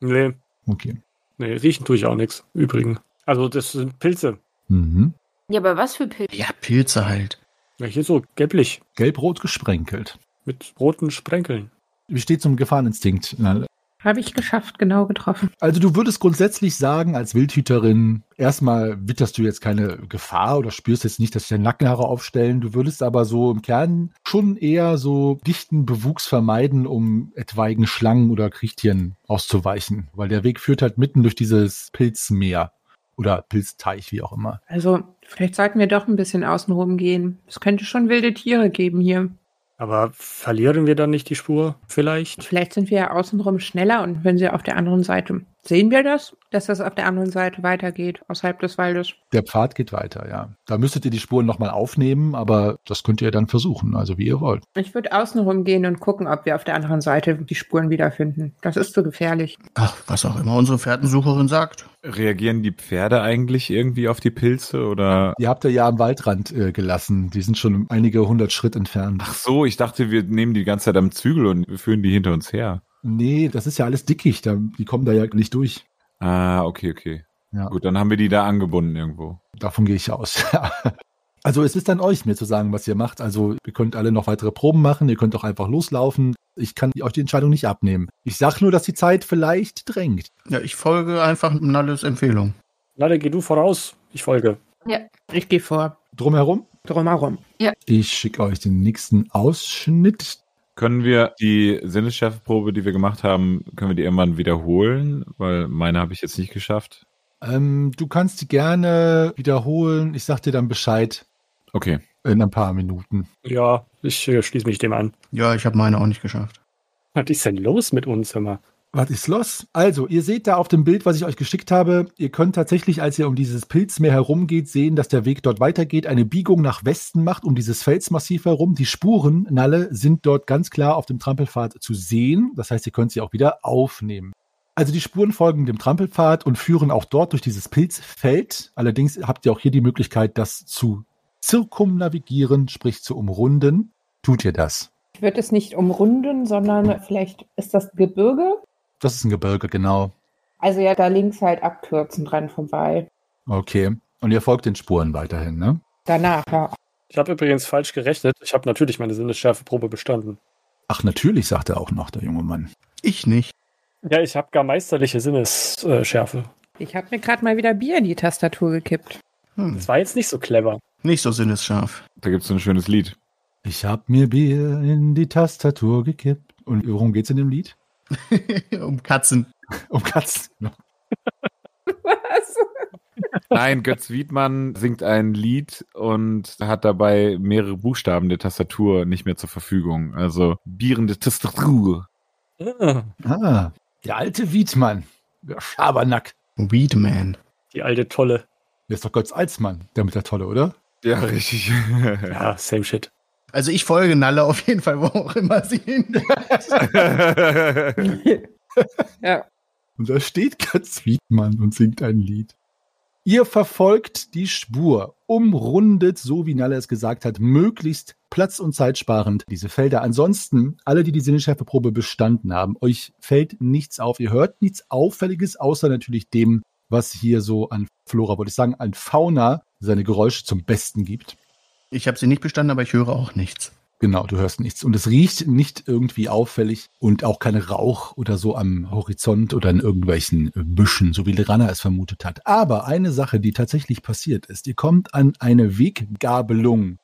Speaker 5: Nee,
Speaker 3: Okay.
Speaker 5: nee, riechen tue ich auch nichts. Übrigens. Also das sind Pilze.
Speaker 3: Mhm.
Speaker 2: Ja, aber was für Pilze?
Speaker 4: Ja, Pilze halt.
Speaker 5: Ja, Hier so gelblich.
Speaker 3: Gelb-rot gesprenkelt.
Speaker 5: Mit roten Sprenkeln.
Speaker 3: Besteht zum Gefahreninstinkt. Na,
Speaker 6: Habe ich geschafft, genau getroffen.
Speaker 3: Also du würdest grundsätzlich sagen, als Wildhüterin, erstmal witterst du jetzt keine Gefahr oder spürst jetzt nicht, dass deine Nackenhaare aufstellen. Du würdest aber so im Kern schon eher so dichten Bewuchs vermeiden, um etwaigen Schlangen oder Kriechtieren auszuweichen. Weil der Weg führt halt mitten durch dieses Pilzmeer oder Pilzteich, wie auch immer.
Speaker 6: Also, vielleicht sollten wir doch ein bisschen außenrum gehen. Es könnte schon wilde Tiere geben hier.
Speaker 5: Aber verlieren wir dann nicht die Spur? Vielleicht?
Speaker 6: Vielleicht sind wir ja außenrum schneller und wenn sie auf der anderen Seite. Sehen wir das, dass das auf der anderen Seite weitergeht, außerhalb des Waldes?
Speaker 3: Der Pfad geht weiter, ja. Da müsstet ihr die Spuren nochmal aufnehmen, aber das könnt ihr dann versuchen, also wie ihr wollt.
Speaker 6: Ich würde außenrum gehen und gucken, ob wir auf der anderen Seite die Spuren wiederfinden. Das ist zu gefährlich.
Speaker 4: Ach, was auch immer unsere Fährtensucherin sagt.
Speaker 8: Reagieren die Pferde eigentlich irgendwie auf die Pilze oder?
Speaker 3: Die habt ihr ja am Waldrand äh, gelassen. Die sind schon einige hundert Schritt entfernt.
Speaker 8: Ach so, ich dachte, wir nehmen die ganze Zeit am Zügel und wir führen die hinter uns her.
Speaker 3: Nee, das ist ja alles dickig. Da, die kommen da ja nicht durch.
Speaker 8: Ah, okay, okay.
Speaker 3: Ja.
Speaker 8: Gut, dann haben wir die da angebunden irgendwo.
Speaker 3: Davon gehe ich aus. also es ist an euch, mir zu sagen, was ihr macht. Also ihr könnt alle noch weitere Proben machen. Ihr könnt auch einfach loslaufen. Ich kann euch die Entscheidung nicht abnehmen. Ich sag nur, dass die Zeit vielleicht drängt.
Speaker 4: Ja, ich folge einfach Nalles Empfehlung.
Speaker 5: Lade, geh du voraus. Ich folge.
Speaker 6: Ich gehe vor.
Speaker 3: Drumherum.
Speaker 6: Drumherum.
Speaker 3: Ich schicke euch den nächsten Ausschnitt.
Speaker 8: Können wir die Sinnesschärfeprobe, die wir gemacht haben, können wir die irgendwann wiederholen? Weil meine habe ich jetzt nicht geschafft.
Speaker 3: Ähm, du kannst die gerne wiederholen. Ich sag dir dann Bescheid
Speaker 8: Okay.
Speaker 3: in ein paar Minuten.
Speaker 5: Ja, ich äh, schließe mich dem an.
Speaker 4: Ja, ich habe meine auch nicht geschafft.
Speaker 5: Was ist denn los mit uns immer?
Speaker 3: Was ist los? Also, ihr seht da auf dem Bild, was ich euch geschickt habe, ihr könnt tatsächlich, als ihr um dieses Pilzmeer herumgeht, sehen, dass der Weg dort weitergeht, eine Biegung nach Westen macht, um dieses Felsmassiv herum. Die Spuren, Nalle, sind dort ganz klar auf dem Trampelpfad zu sehen. Das heißt, ihr könnt sie auch wieder aufnehmen. Also die Spuren folgen dem Trampelpfad und führen auch dort durch dieses Pilzfeld. Allerdings habt ihr auch hier die Möglichkeit, das zu zirkumnavigieren, sprich zu umrunden. Tut ihr das?
Speaker 6: Ich würde es nicht umrunden, sondern vielleicht ist das Gebirge.
Speaker 3: Das ist ein Gebirge, genau.
Speaker 6: Also ja, da links halt abkürzen dran vorbei.
Speaker 3: Okay. Und ihr folgt den Spuren weiterhin, ne?
Speaker 6: Danach, ja.
Speaker 5: Ich habe übrigens falsch gerechnet. Ich habe natürlich meine Sinnesschärfeprobe bestanden.
Speaker 3: Ach, natürlich, sagt er auch noch, der junge Mann.
Speaker 4: Ich nicht.
Speaker 5: Ja, ich habe gar meisterliche Sinnesschärfe.
Speaker 6: Ich habe mir gerade mal wieder Bier in die Tastatur gekippt.
Speaker 4: Hm.
Speaker 5: Das war jetzt nicht so clever.
Speaker 4: Nicht so sinnesscharf.
Speaker 8: Da gibt es ein schönes Lied.
Speaker 3: Ich hab mir Bier in die Tastatur gekippt. Und worum geht's in dem Lied?
Speaker 4: um Katzen.
Speaker 3: Um Katzen.
Speaker 6: Was?
Speaker 8: Nein, Götz Wiedmann singt ein Lied und hat dabei mehrere Buchstaben der Tastatur nicht mehr zur Verfügung. Also bierende Tastatur.
Speaker 5: Ah,
Speaker 3: Ah, der alte Wiedmann. Der Schabernack.
Speaker 4: Weedman.
Speaker 5: die alte Tolle.
Speaker 3: Der ist doch Götz Alsmann, der mit der Tolle, oder?
Speaker 8: Ja, richtig.
Speaker 5: Ja, same shit.
Speaker 4: Also ich folge Nalle auf jeden Fall, wo auch immer sie hin.
Speaker 6: Ja.
Speaker 3: Und da steht Götz Wiedmann und singt ein Lied. Ihr verfolgt die Spur, umrundet, so wie Nalle es gesagt hat, möglichst platz- und zeitsparend diese Felder. Ansonsten, alle, die die Sinneschärfeprobe bestanden haben, euch fällt nichts auf. Ihr hört nichts Auffälliges, außer natürlich dem, was hier so an Flora, wollte ich sagen, an Fauna seine Geräusche zum Besten gibt.
Speaker 4: Ich habe sie nicht bestanden, aber ich höre auch nichts.
Speaker 3: Genau, du hörst nichts. Und es riecht nicht irgendwie auffällig und auch kein Rauch oder so am Horizont oder in irgendwelchen Büschen, so wie Lerana es vermutet hat. Aber eine Sache, die tatsächlich passiert ist, ihr kommt an eine Weggabelung,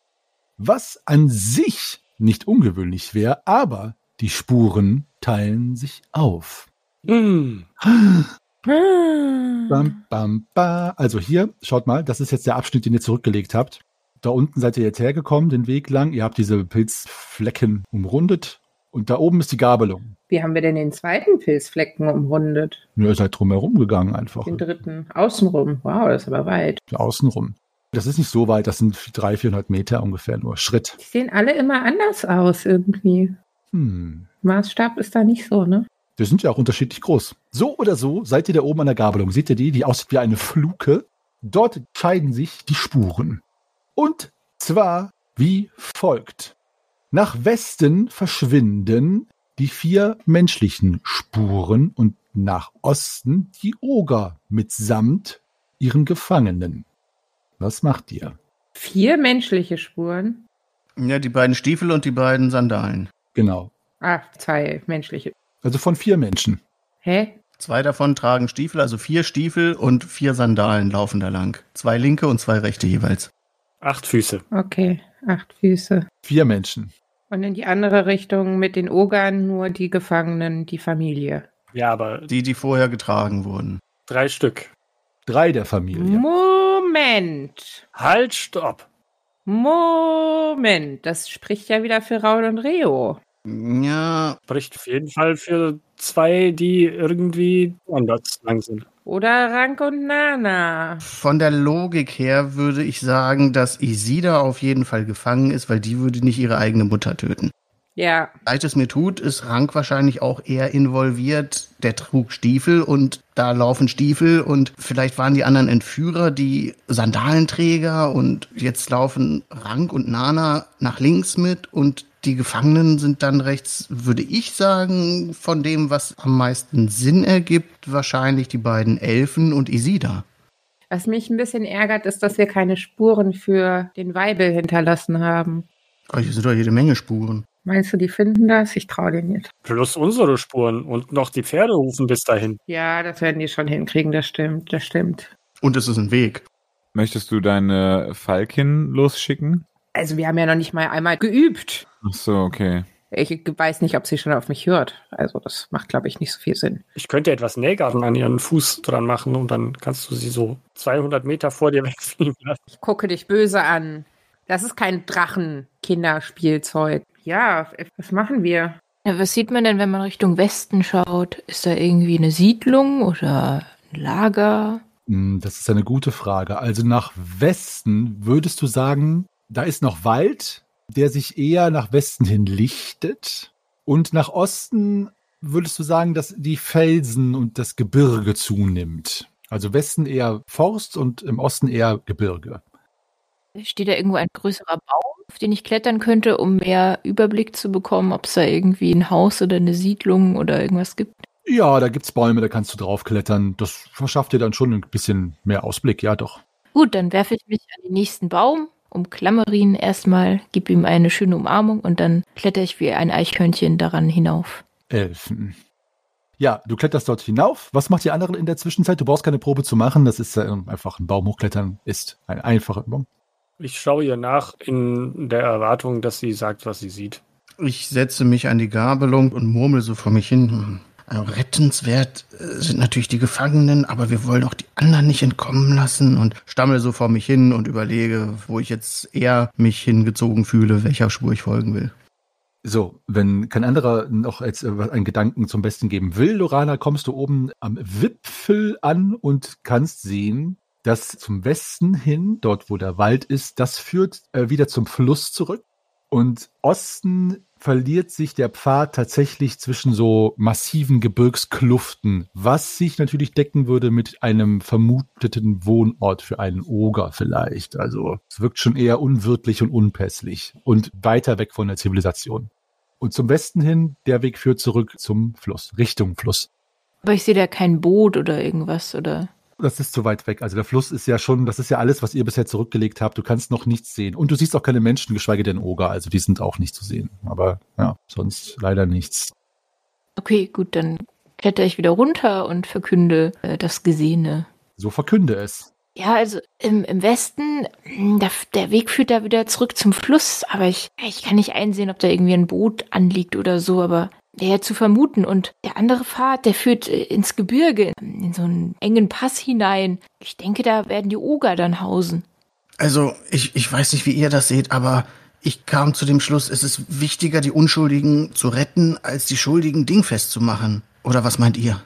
Speaker 3: was an sich nicht ungewöhnlich wäre, aber die Spuren teilen sich auf.
Speaker 5: Hm.
Speaker 3: Bam, bam, ba. Also hier, schaut mal, das ist jetzt der Abschnitt, den ihr zurückgelegt habt. Da unten seid ihr jetzt hergekommen, den Weg lang. Ihr habt diese Pilzflecken umrundet. Und da oben ist die Gabelung.
Speaker 6: Wie haben wir denn den zweiten Pilzflecken umrundet?
Speaker 3: Nur ihr seid drumherum gegangen einfach.
Speaker 6: Den dritten außenrum. Wow, das ist aber weit.
Speaker 3: Außenrum. Das ist nicht so weit, das sind 300, 400 Meter ungefähr nur. Schritt.
Speaker 6: Die sehen alle immer anders aus irgendwie.
Speaker 3: Hm.
Speaker 6: Maßstab ist da nicht so, ne?
Speaker 3: Die sind ja auch unterschiedlich groß. So oder so seid ihr da oben an der Gabelung. Seht ihr die, die aussieht wie eine Fluke? Dort scheiden sich die Spuren. Und zwar wie folgt. Nach Westen verschwinden die vier menschlichen Spuren und nach Osten die Oger mitsamt ihren Gefangenen. Was macht ihr?
Speaker 6: Vier menschliche Spuren.
Speaker 4: Ja, die beiden Stiefel und die beiden Sandalen.
Speaker 3: Genau.
Speaker 6: Ach, zwei menschliche.
Speaker 3: Also von vier Menschen.
Speaker 6: Hä?
Speaker 4: Zwei davon tragen Stiefel, also vier Stiefel und vier Sandalen laufen da lang. Zwei linke und zwei rechte jeweils.
Speaker 5: Acht Füße.
Speaker 6: Okay, acht Füße.
Speaker 3: Vier Menschen.
Speaker 6: Und in die andere Richtung mit den Ogern nur die Gefangenen, die Familie.
Speaker 5: Ja, aber
Speaker 4: Die, die vorher getragen wurden.
Speaker 5: drei Stück.
Speaker 3: Drei der Familie.
Speaker 6: Moment.
Speaker 5: Halt, stopp!
Speaker 6: Moment. Das spricht ja wieder für Raul und Reo.
Speaker 4: Ja,
Speaker 5: Spricht auf jeden Fall für zwei, die irgendwie anders lang sind.
Speaker 6: Oder Rank und Nana.
Speaker 4: von der Logik her würde ich sagen, dass Isida auf jeden Fall gefangen ist, weil die würde nicht ihre eigene Mutter töten.
Speaker 6: Ja,
Speaker 4: Seit es mir tut, ist Rank wahrscheinlich auch eher involviert. Der trug Stiefel und da laufen Stiefel und vielleicht waren die anderen Entführer, die Sandalenträger und jetzt laufen Rank und Nana nach links mit und die Gefangenen sind dann rechts, würde ich sagen, von dem, was am meisten Sinn ergibt, wahrscheinlich die beiden Elfen und Isida.
Speaker 6: was mich ein bisschen ärgert, ist, dass wir keine Spuren für den Weibel hinterlassen haben.
Speaker 4: Oh, hier sind doch jede Menge Spuren.
Speaker 6: Meinst du, die finden das? Ich traue denen nicht.
Speaker 5: Plus unsere Spuren und noch die Pferdehufen bis dahin.
Speaker 6: Ja, das werden die schon hinkriegen, das stimmt, das stimmt.
Speaker 4: Und es ist ein Weg.
Speaker 8: Möchtest du deine Falkin losschicken?
Speaker 6: Also wir haben ja noch nicht mal einmal geübt.
Speaker 8: Ach so, okay.
Speaker 6: Ich weiß nicht, ob sie schon auf mich hört. Also das macht, glaube ich, nicht so viel Sinn.
Speaker 5: Ich könnte etwas Nähgarten an ihren Fuß dran machen und dann kannst du sie so 200 Meter vor dir wegfliegen lassen.
Speaker 6: Ich gucke dich böse an. Das ist kein Drachen-Kinderspielzeug. Ja, was machen wir?
Speaker 2: Ja, was sieht man denn, wenn man Richtung Westen schaut? Ist da irgendwie eine Siedlung oder ein Lager?
Speaker 3: Hm, Das ist eine gute Frage. Also nach Westen würdest du sagen, da ist noch Wald, der sich eher nach Westen hin lichtet. Und nach Osten würdest du sagen, dass die Felsen und das Gebirge zunimmt. Also Westen eher Forst und im Osten eher Gebirge.
Speaker 2: Steht da irgendwo ein größerer Baum, auf den ich klettern könnte, um mehr Überblick zu bekommen, ob es da irgendwie ein Haus oder eine Siedlung oder irgendwas gibt?
Speaker 3: Ja, da gibt's Bäume, da kannst du draufklettern. Das verschafft dir dann schon ein bisschen mehr Ausblick, ja doch.
Speaker 2: Gut, dann werfe ich mich an den nächsten Baum, umklammere ihn erstmal, gebe ihm eine schöne Umarmung und dann kletter ich wie ein Eichhörnchen daran hinauf.
Speaker 3: Elfen. Ja, du kletterst dort hinauf. Was macht die anderen in der Zwischenzeit? Du brauchst keine Probe zu machen. Das ist ähm, einfach ein Baum hochklettern. Ist ein einfacher Baum.
Speaker 5: Ich schaue ihr nach in der Erwartung, dass sie sagt, was sie sieht.
Speaker 4: Ich setze mich an die Gabelung und murmel so vor mich hin. Hm. Also rettenswert äh, sind natürlich die Gefangenen, aber wir wollen auch die anderen nicht entkommen lassen und stammel so vor mich hin und überlege, wo ich jetzt eher mich hingezogen fühle, welcher Spur ich folgen will.
Speaker 3: So, wenn kein anderer noch als äh, einen Gedanken zum Besten geben will, Lorana, kommst du oben am Wipfel an und kannst sehen, dass zum Westen hin, dort wo der Wald ist, das führt äh, wieder zum Fluss zurück. Und Osten verliert sich der Pfad tatsächlich zwischen so massiven Gebirgskluften, was sich natürlich decken würde mit einem vermuteten Wohnort für einen Oger vielleicht. Also es wirkt schon eher unwirtlich und unpässlich und weiter weg von der Zivilisation. Und zum Westen hin, der Weg führt zurück zum Fluss, Richtung Fluss.
Speaker 2: Aber ich sehe da kein Boot oder irgendwas oder.
Speaker 3: Das ist zu weit weg. Also der Fluss ist ja schon, das ist ja alles, was ihr bisher zurückgelegt habt. Du kannst noch nichts sehen. Und du siehst auch keine Menschen, geschweige denn Oger. Also die sind auch nicht zu sehen. Aber ja, sonst leider nichts.
Speaker 2: Okay, gut, dann kletter ich wieder runter und verkünde äh, das Gesehene.
Speaker 3: So verkünde es.
Speaker 2: Ja, also im, im Westen, mh, der, der Weg führt da wieder zurück zum Fluss, aber ich, ich kann nicht einsehen, ob da irgendwie ein Boot anliegt oder so, aber wäre zu vermuten. Und der andere Pfad, der führt äh, ins Gebirge, hm, in so einen engen Pass hinein. Ich denke, da werden die Oger dann hausen.
Speaker 4: Also, ich, ich weiß nicht, wie ihr das seht, aber ich kam zu dem Schluss, es ist wichtiger, die Unschuldigen zu retten, als die Schuldigen dingfest zu machen. Oder was meint ihr?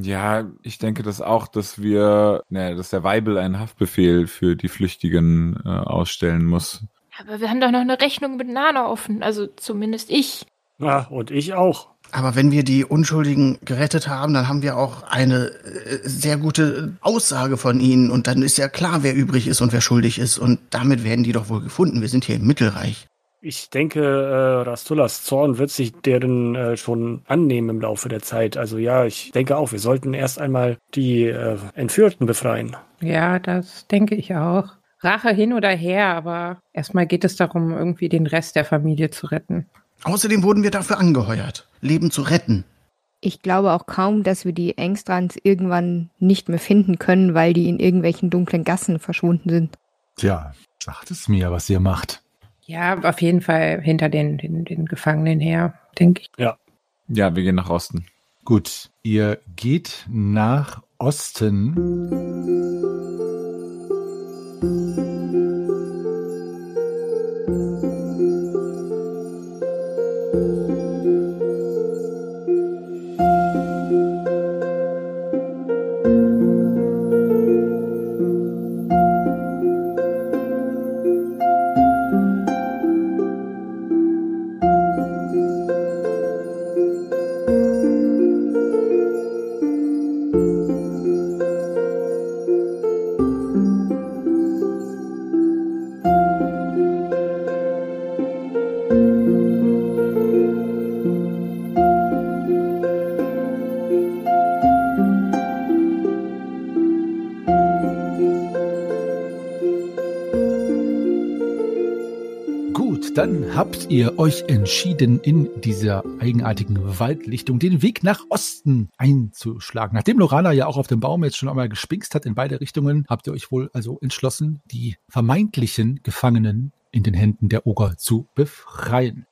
Speaker 8: Ja, ich denke das auch, dass wir, ne, dass der Weibel einen Haftbefehl für die Flüchtigen äh, ausstellen muss.
Speaker 2: Aber wir haben doch noch eine Rechnung mit Nana offen, also zumindest ich.
Speaker 5: Ah, und ich auch.
Speaker 4: Aber wenn wir die Unschuldigen gerettet haben, dann haben wir auch eine äh, sehr gute Aussage von ihnen und dann ist ja klar, wer übrig ist und wer schuldig ist und damit werden die doch wohl gefunden. Wir sind hier im Mittelreich.
Speaker 5: Ich denke, äh, Rastullas Zorn wird sich deren äh, schon annehmen im Laufe der Zeit. Also ja, ich denke auch, wir sollten erst einmal die äh, Entführten befreien.
Speaker 6: Ja, das denke ich auch. Rache hin oder her, aber erstmal geht es darum, irgendwie den Rest der Familie zu retten.
Speaker 4: Außerdem wurden wir dafür angeheuert, Leben zu retten.
Speaker 7: Ich glaube auch kaum, dass wir die Engstrands irgendwann nicht mehr finden können, weil die in irgendwelchen dunklen Gassen verschwunden sind.
Speaker 1: Tja, sagt es mir, was ihr macht.
Speaker 6: Ja, auf jeden Fall hinter den, den, den Gefangenen her, denke ich.
Speaker 8: Ja, wir gehen nach Osten.
Speaker 1: Gut, ihr geht nach Osten. Gut, dann habt ihr euch entschieden, in dieser eigenartigen Waldlichtung den Weg nach Osten einzuschlagen. Nachdem Lorana ja auch auf dem Baum jetzt schon einmal gespinkst hat in beide Richtungen, habt ihr euch wohl also entschlossen, die vermeintlichen Gefangenen in den Händen der Oger zu befreien.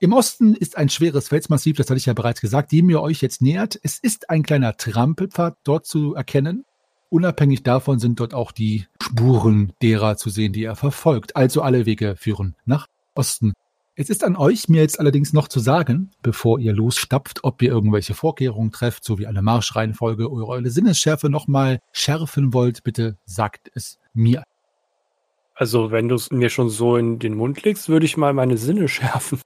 Speaker 1: Im Osten ist ein schweres Felsmassiv, das hatte ich ja bereits gesagt, dem ihr euch jetzt nähert. Es ist ein kleiner Trampelpfad dort zu erkennen. Unabhängig davon sind dort auch die Spuren derer zu sehen, die er verfolgt. Also alle Wege führen nach Osten. Es ist an euch, mir jetzt allerdings noch zu sagen, bevor ihr losstapft, ob ihr irgendwelche Vorkehrungen trefft, sowie eine Marschreihenfolge oder eure Sinnesschärfe nochmal schärfen wollt, bitte sagt es mir.
Speaker 5: Also, wenn du es mir schon so in den Mund legst, würde ich mal meine Sinne schärfen.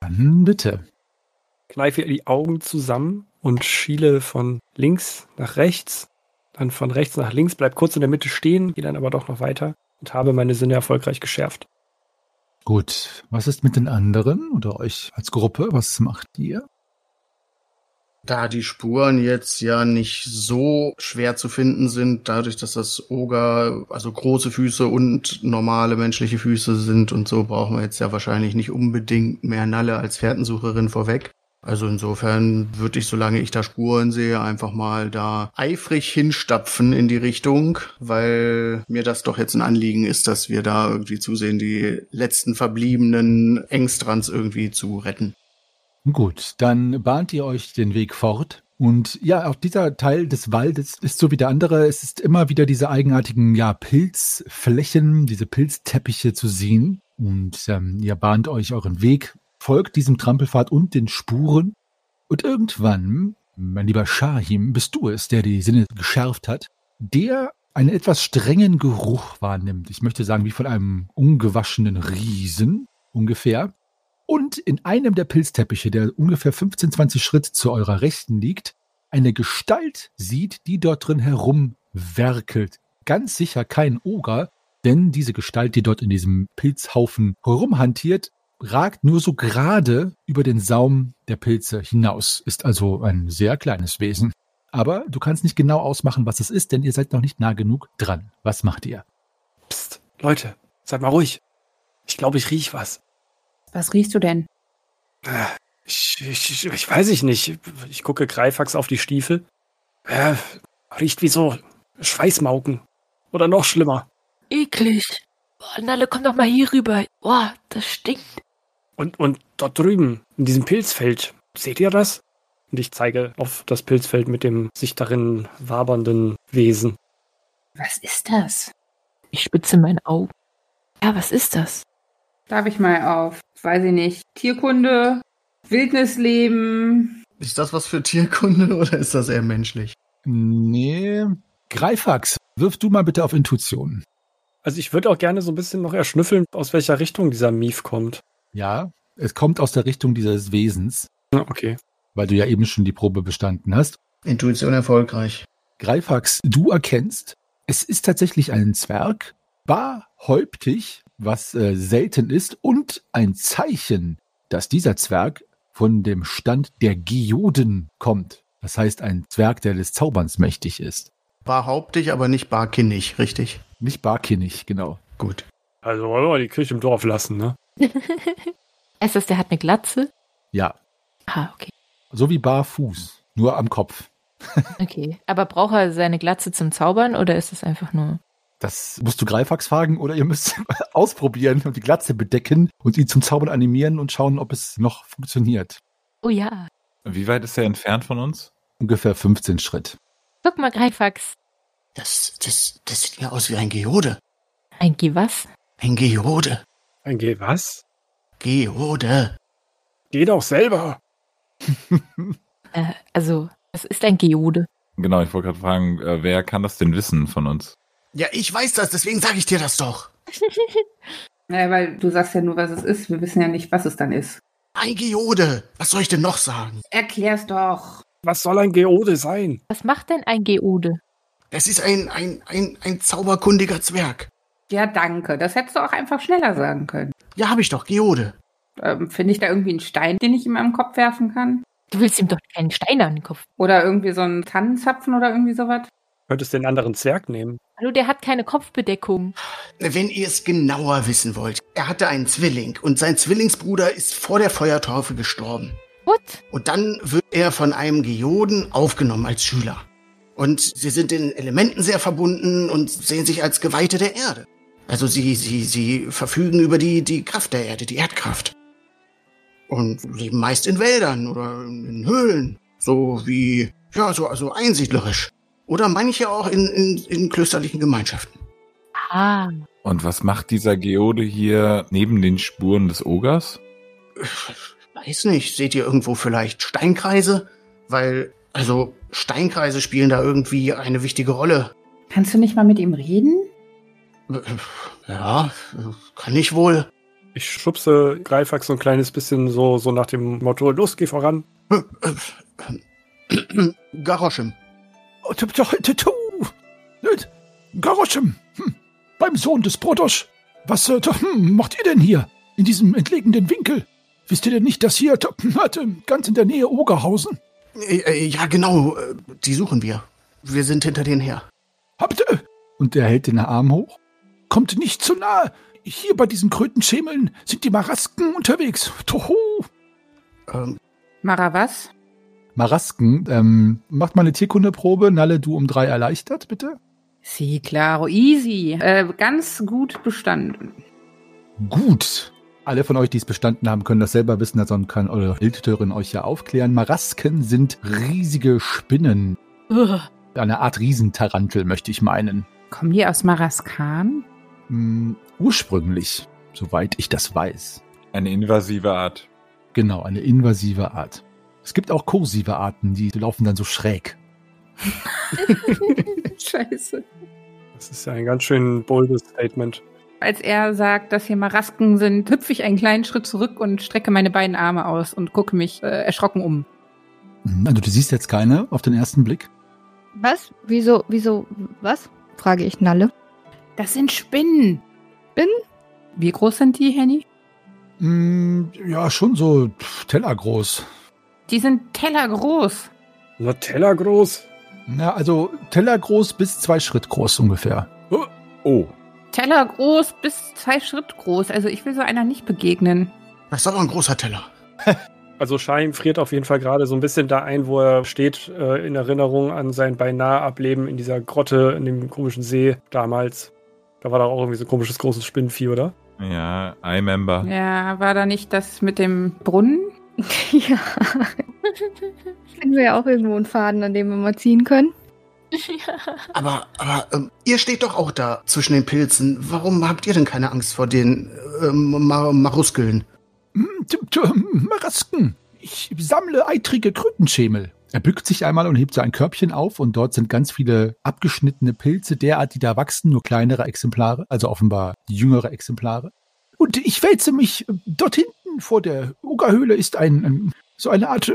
Speaker 1: Dann bitte.
Speaker 5: Kneife die Augen zusammen und schiele von links nach rechts, dann von rechts nach links, bleib kurz in der Mitte stehen, gehe dann aber doch noch weiter und habe meine Sinne erfolgreich geschärft.
Speaker 1: Gut, was ist mit den anderen oder euch als Gruppe? Was macht ihr?
Speaker 4: Da die Spuren jetzt ja nicht so schwer zu finden sind, dadurch, dass das Oger, also große Füße und normale menschliche Füße sind und so, brauchen wir jetzt ja wahrscheinlich nicht unbedingt mehr Nalle als Fährtensucherin vorweg. Also insofern würde ich, solange ich da Spuren sehe, einfach mal da eifrig hinstapfen in die Richtung, weil mir das doch jetzt ein Anliegen ist, dass wir da irgendwie zusehen, die letzten verbliebenen Engstrands irgendwie zu retten.
Speaker 1: Gut, dann bahnt ihr euch den Weg fort. Und ja, auch dieser Teil des Waldes ist so wie der andere. Es ist immer wieder diese eigenartigen ja, Pilzflächen, diese Pilzteppiche zu sehen. Und ähm, ihr bahnt euch euren Weg, folgt diesem Trampelpfad und den Spuren. Und irgendwann, mein lieber Shahim, bist du es, der die Sinne geschärft hat, der einen etwas strengen Geruch wahrnimmt. Ich möchte sagen, wie von einem ungewaschenen Riesen ungefähr. Und in einem der Pilzteppiche, der ungefähr 15, 20 Schritt zu eurer Rechten liegt, eine Gestalt sieht, die dort drin herumwerkelt. Ganz sicher kein Oger, denn diese Gestalt, die dort in diesem Pilzhaufen herumhantiert, ragt nur so gerade über den Saum der Pilze hinaus. Ist also ein sehr kleines Wesen. Aber du kannst nicht genau ausmachen, was es ist, denn ihr seid noch nicht nah genug dran. Was macht ihr?
Speaker 5: Psst, Leute, seid mal ruhig. Ich glaube, ich riech was.
Speaker 6: Was riechst du denn?
Speaker 5: Ich, ich, ich weiß ich nicht. Ich gucke Greifax auf die Stiefel. Äh, riecht wie so Schweißmauken. Oder noch schlimmer.
Speaker 10: Eklig. Boah, Nalle, komm doch mal hier rüber. Boah, das stinkt.
Speaker 5: Und, und dort drüben, in diesem Pilzfeld, seht ihr das? Und ich zeige auf das Pilzfeld mit dem sich darin wabernden Wesen.
Speaker 6: Was ist das?
Speaker 2: Ich spitze mein Auge.
Speaker 10: Ja, was ist das?
Speaker 6: Darf ich mal auf, weiß ich nicht, Tierkunde, Wildnisleben.
Speaker 4: Ist das was für Tierkunde oder ist das eher menschlich?
Speaker 1: Nee. Greifax, wirf du mal bitte auf Intuition.
Speaker 5: Also ich würde auch gerne so ein bisschen noch erschnüffeln, aus welcher Richtung dieser Mief kommt.
Speaker 1: Ja, es kommt aus der Richtung dieses Wesens,
Speaker 5: Ja, Okay.
Speaker 1: weil du ja eben schon die Probe bestanden hast.
Speaker 4: Intuition erfolgreich.
Speaker 1: Greifax, du erkennst, es ist tatsächlich ein Zwerg, barhäuptig, was äh, selten ist, und ein Zeichen, dass dieser Zwerg von dem Stand der Geoden kommt. Das heißt, ein Zwerg, der des Zauberns mächtig ist.
Speaker 4: Barhauptig, aber nicht barkinnig, richtig?
Speaker 1: Nicht barkinnig, genau.
Speaker 4: Gut.
Speaker 5: Also wollen wir mal die Kirche im Dorf lassen, ne?
Speaker 2: Heißt das, der hat eine Glatze?
Speaker 3: Ja,
Speaker 2: Ah, okay.
Speaker 3: so wie barfuß, nur am Kopf.
Speaker 2: Okay. Aber braucht er seine Glatze zum Zaubern oder ist es einfach nur.
Speaker 3: Das musst du Greifax fragen oder ihr müsst ausprobieren und die Glatze bedecken und ihn zum Zaubern animieren und schauen, ob es noch funktioniert.
Speaker 2: Oh ja.
Speaker 8: Wie weit ist er entfernt von uns?
Speaker 3: Ungefähr 15 Schritt.
Speaker 2: Guck mal, Greifax.
Speaker 4: Das, das, das sieht mir aus wie ein Geode.
Speaker 2: Ein G was?
Speaker 4: Ein Geode.
Speaker 5: Ein Geh was?
Speaker 4: Geode.
Speaker 5: Geh doch selber.
Speaker 2: Äh, also, das ist ein Geode.
Speaker 8: Genau, ich wollte gerade fragen, äh, wer kann das denn wissen von uns?
Speaker 4: Ja, ich weiß das, deswegen sage ich dir das doch.
Speaker 6: Naja, weil du sagst ja nur, was es ist. Wir wissen ja nicht, was es dann ist.
Speaker 4: Ein Geode. Was soll ich denn noch sagen?
Speaker 6: Erklär's doch.
Speaker 5: Was soll ein Geode sein?
Speaker 2: Was macht denn ein Geode?
Speaker 4: Das ist ein, ein, ein, ein zauberkundiger Zwerg.
Speaker 6: Ja, danke. Das hättest du auch einfach schneller sagen können.
Speaker 4: Ja, habe ich doch, Geode.
Speaker 6: Ähm, Finde ich da irgendwie einen Stein, den ich ihm am Kopf werfen kann?
Speaker 2: Du willst ihm doch keinen Stein an den Kopf.
Speaker 6: Oder irgendwie so einen Tannenzapfen oder irgendwie sowas?
Speaker 5: Könntest den anderen Zwerg nehmen.
Speaker 2: Hallo, der hat keine Kopfbedeckung.
Speaker 4: Wenn ihr es genauer wissen wollt, er hatte einen Zwilling und sein Zwillingsbruder ist vor der Feuertaufe gestorben.
Speaker 2: What?
Speaker 4: Und dann wird er von einem Geoden aufgenommen als Schüler. Und sie sind den Elementen sehr verbunden und sehen sich als Geweihte der Erde. Also sie, sie, sie verfügen über die, die Kraft der Erde, die Erdkraft. Und leben meist in Wäldern oder in Höhlen. So wie, ja, so also einsiedlerisch. Oder manche auch in, in, in klösterlichen Gemeinschaften.
Speaker 2: Ah.
Speaker 8: Und was macht dieser Geode hier neben den Spuren des Ogers?
Speaker 4: Weiß nicht, seht ihr irgendwo vielleicht Steinkreise? Weil, also Steinkreise spielen da irgendwie eine wichtige Rolle.
Speaker 6: Kannst du nicht mal mit ihm reden?
Speaker 4: Äh, Ja, kann ich wohl.
Speaker 5: Ich schubse Greifax so ein kleines bisschen so, so nach dem Motto, los, geh voran.
Speaker 4: Garoschem.
Speaker 1: Oh, tu- tu- tu- tu. Nöt. Garoschem, hm. beim Sohn des Protosch. Was äh, tu- hm, macht ihr denn hier, in diesem entlegenen Winkel? Wisst ihr denn nicht, dass hier tu- hat, ähm, ganz in der Nähe Ogerhausen?
Speaker 4: Äh, äh, Ja, genau, äh, die suchen wir. Wir sind hinter denen her.
Speaker 1: Habt ihr?
Speaker 3: Und er hält den Arm hoch.
Speaker 1: Kommt nicht zu nahe. Hier bei diesen Krötenschemeln sind die Marasken unterwegs. Tohu.
Speaker 4: Ähm,
Speaker 6: Mara was?
Speaker 3: Marasken, ähm, macht mal eine Tierkundeprobe. Nalle, du um drei erleichtert, bitte.
Speaker 6: Sie, claro, easy. Äh, ganz gut bestanden.
Speaker 3: Gut. Alle von euch, die es bestanden haben, können das selber wissen, ansonsten kann eure Hildtörin euch ja aufklären. Marasken sind riesige Spinnen.
Speaker 2: Ugh.
Speaker 3: Eine Art Riesentarantel, möchte ich meinen.
Speaker 6: Kommen die aus Maraskan?
Speaker 3: Hm, ursprünglich, soweit ich das weiß.
Speaker 8: Eine invasive Art.
Speaker 3: Genau, eine invasive Art. Es gibt auch kursive Arten, die laufen dann so schräg.
Speaker 6: Scheiße.
Speaker 5: Das ist ja ein ganz schön boldes Statement.
Speaker 6: Als er sagt, dass hier Marasken sind, hüpfe ich einen kleinen Schritt zurück und strecke meine beiden Arme aus und gucke mich äh, erschrocken um.
Speaker 3: Mhm, Also du siehst jetzt keine auf den ersten Blick.
Speaker 7: Was? Wieso, wieso, was? Frage ich Nalle.
Speaker 6: Das sind Spinnen.
Speaker 7: Spinnen?
Speaker 6: Wie groß sind die, Henny?
Speaker 1: Hm, ja, schon so pff, tellergroß.
Speaker 6: Die sind tellergroß.
Speaker 5: Nutella groß?
Speaker 3: Na, also tellergroß bis zwei Schritt groß ungefähr.
Speaker 8: Oh,
Speaker 6: Tellergroß bis zwei Schritt groß. Also ich will so einer nicht begegnen.
Speaker 4: das ist aber ein großer Teller.
Speaker 5: Also Shahim friert auf jeden Fall gerade so ein bisschen da ein, wo er steht, äh, in Erinnerung an sein beinahe Ableben in dieser Grotte, in dem komischen See damals. Da war doch auch irgendwie so ein komisches großes Spinnenvieh, oder?
Speaker 8: ja, I member.
Speaker 6: Ja, war da nicht das mit dem Brunnen?
Speaker 7: ja. Finden wir ja auch irgendwo einen Faden, an dem wir mal ziehen können.
Speaker 10: ja.
Speaker 4: Aber, aber ähm, ihr steht doch auch da zwischen den Pilzen. Warum habt ihr denn keine Angst vor den ähm, Mar Maruskeln?
Speaker 1: Hm, tu- tu- Marasken. Ich sammle eitrige Krötenschemel.
Speaker 3: Er bückt sich einmal und hebt so ein Körbchen auf und dort sind ganz viele abgeschnittene Pilze derart, die da wachsen, nur kleinere Exemplare, also offenbar jüngere Exemplare.
Speaker 1: Und ich wälze mich äh, dort hinten vor der Ogerhöhle ist ein, ein so eine Art äh,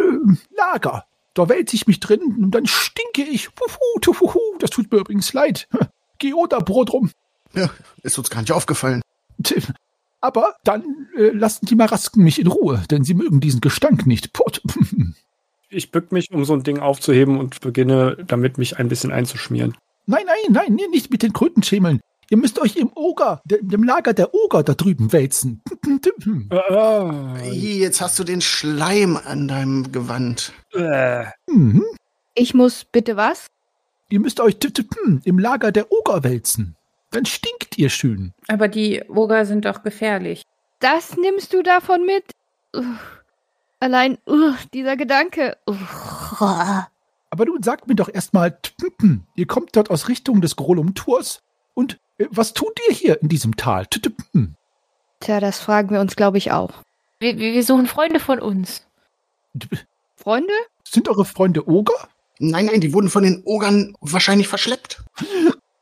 Speaker 1: Lager. Da wälze ich mich drin und dann stinke ich. Puhu, tufuhu, das tut mir übrigens leid. Geoda-Brot rum.
Speaker 4: Ist uns gar nicht aufgefallen.
Speaker 1: T- Aber dann äh, lassen die Marasken mich in Ruhe, denn sie mögen diesen Gestank nicht. Pot.
Speaker 5: Ich bück mich, um so ein Ding aufzuheben und beginne damit, mich ein bisschen einzuschmieren.
Speaker 1: Nein, nein, nein, nee, nicht mit den Krötenschemeln.
Speaker 3: Ihr müsst euch im Oger, de- dem Lager der Oger da drüben wälzen.
Speaker 4: Ih, Äh, Jetzt hast du den Schleim an deinem Gewand.
Speaker 5: Äh,
Speaker 3: Mhm.
Speaker 7: Ich muss bitte was?
Speaker 3: Ihr müsst euch im Lager der Oger wälzen. Dann stinkt ihr schön.
Speaker 6: Aber die Oger sind doch gefährlich.
Speaker 7: Das nimmst du davon mit? Uff. Allein uff, dieser Gedanke. Uff.
Speaker 3: Aber nun sagt mir doch erstmal, ihr kommt dort aus Richtung des Grolum-Tors und äh, was tut ihr hier in diesem Tal?
Speaker 7: Tja, das fragen wir uns, glaube ich, auch.
Speaker 2: Wir, wir wir suchen Freunde von uns.
Speaker 7: Freunde?
Speaker 3: Sind eure Freunde Oger?
Speaker 4: Nein, nein, die wurden von den Ogern wahrscheinlich verschleppt.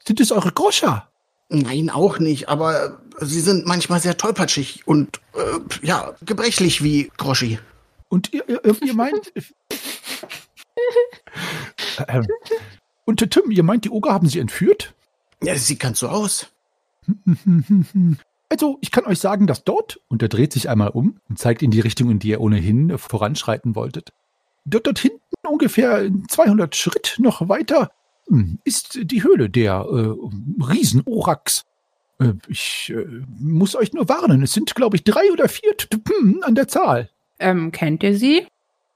Speaker 3: Sind es eure Groscha?
Speaker 4: Nein, auch nicht, aber sie sind manchmal sehr tollpatschig und äh, ja, gebrechlich wie Groschi.
Speaker 3: Und ihr, ihr, ihr meint. Ähm, und äh, Tim, ihr meint, die Oger haben sie entführt?
Speaker 4: Ja, sieht ganz so aus.
Speaker 3: Also, ich kann euch sagen, dass dort, und er dreht sich einmal um und zeigt in die Richtung, in die ihr ohnehin äh, voranschreiten wolltet, dort, dort hinten ungefähr in 200 Schritt noch weiter hm, ist die Höhle der äh, Riesenorax. Äh, ich äh, muss euch nur warnen, es sind, glaube ich, drei oder vier t- t- hm, an der Zahl.
Speaker 6: Ähm, kennt ihr sie?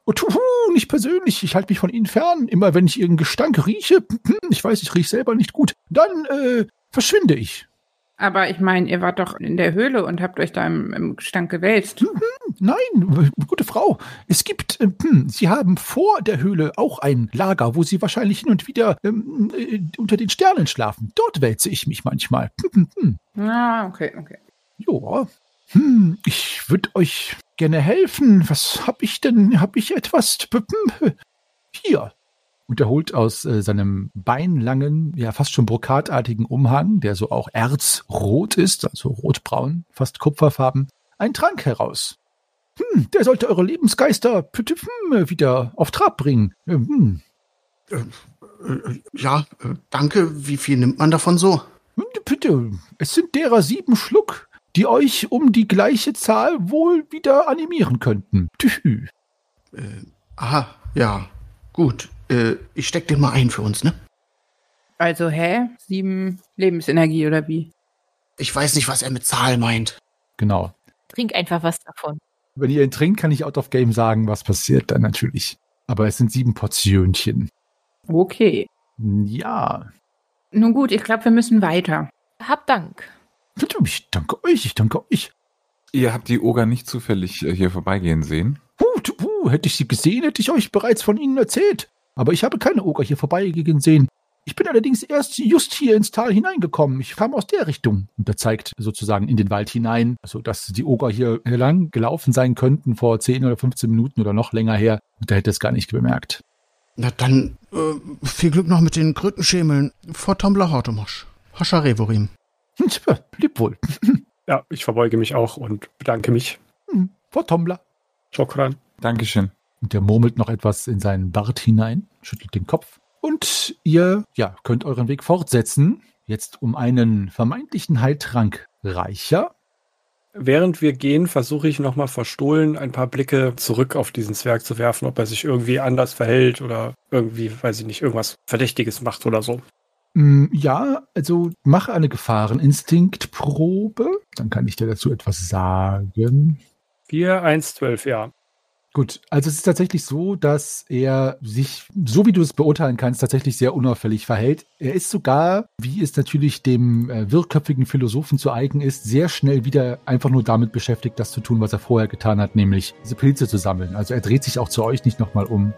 Speaker 3: Und tuhu, nicht persönlich, ich halte mich von ihnen fern. Immer wenn ich ihren Gestank rieche, hm, ich weiß, ich rieche selber nicht gut, dann äh, verschwinde ich.
Speaker 6: Aber ich meine, ihr wart doch in der Höhle und habt euch da im, im Gestank gewälzt.
Speaker 3: Nein, gute Frau, es gibt, ähm, hm, Sie haben vor der Höhle auch ein Lager, wo Sie wahrscheinlich hin und wieder ähm, äh, unter den Sternen schlafen. Dort wälze ich mich manchmal. Hm, hm, hm.
Speaker 6: Ah, okay, okay.
Speaker 3: Joa. Hm, ich würde euch gerne helfen. Was hab ich denn? Hab ich etwas? P- p- p- Hier. Und er holt aus äh, seinem beinlangen, ja fast schon brokatartigen Umhang, der so auch erzrot ist, also rotbraun, fast kupferfarben, einen Trank heraus. Hm, der sollte eure Lebensgeister p- p- hm, wieder auf Trab bringen. Hm,
Speaker 4: Äh, ja, äh, danke. Wie viel nimmt man davon so?
Speaker 3: Bitte, bitte, es sind derer sieben Schluck, die euch um die gleiche Zahl wohl wieder animieren könnten. Tühü.
Speaker 4: Aha, ja, gut. Äh, ich steck den mal ein für uns, ne?
Speaker 6: Also, hä? Sieben Lebensenergie oder wie?
Speaker 4: Ich weiß nicht, was er mit Zahl meint.
Speaker 3: Genau.
Speaker 2: Trink einfach was davon.
Speaker 3: Wenn ihr ihn trinkt, kann ich out of game sagen, was passiert dann natürlich. Aber es sind sieben Portionchen.
Speaker 6: Okay.
Speaker 3: Ja.
Speaker 6: Nun gut, ich glaube, wir müssen weiter.
Speaker 2: Hab Dank.
Speaker 3: Ich danke euch, ich danke euch.
Speaker 8: Ihr habt die Oger nicht zufällig äh, hier vorbeigehen sehen?
Speaker 3: Puh, tu, puh, hätte ich sie gesehen, hätte ich euch bereits von ihnen erzählt. Aber ich habe keine Oger hier vorbeigehen sehen. Ich bin allerdings erst just hier ins Tal hineingekommen. Ich kam aus der Richtung. Und er zeigt sozusagen in den Wald hinein, sodass die Oger hier lang gelaufen sein könnten vor 10 oder 15 Minuten oder noch länger her. Und er hätte es gar nicht bemerkt.
Speaker 4: Na dann, äh, viel Glück noch mit den Krötenschemeln vor Tombler Hortomosch. Hascharevorim.
Speaker 3: Hm, tja, Leb wohl.
Speaker 5: ja, ich verbeuge mich auch und bedanke mich.
Speaker 3: Hm, Vor Tombler.
Speaker 5: Chokran.
Speaker 8: Dankeschön.
Speaker 3: Und der murmelt noch etwas in seinen Bart hinein, schüttelt den Kopf. Und ihr, ja, könnt euren Weg fortsetzen. Jetzt um einen vermeintlichen Heiltrank reicher.
Speaker 5: Während wir gehen, versuche ich nochmal verstohlen ein paar Blicke zurück auf diesen Zwerg zu werfen, ob er sich irgendwie anders verhält oder irgendwie, weiß ich nicht, irgendwas Verdächtiges macht oder so.
Speaker 3: Hm, ja, also mach eine Gefahreninstinktprobe. Dann kann ich dir dazu etwas sagen.
Speaker 5: 4, 1, 12, ja.
Speaker 3: Gut, also es ist tatsächlich so, dass er sich, so wie du es beurteilen kannst, tatsächlich sehr unauffällig verhält. Er ist sogar, wie es natürlich dem äh, wirrköpfigen Philosophen zu eigen ist, sehr schnell wieder einfach nur damit beschäftigt, das zu tun, was er vorher getan hat, nämlich diese Pilze zu sammeln. Also er dreht sich auch zu euch nicht nochmal um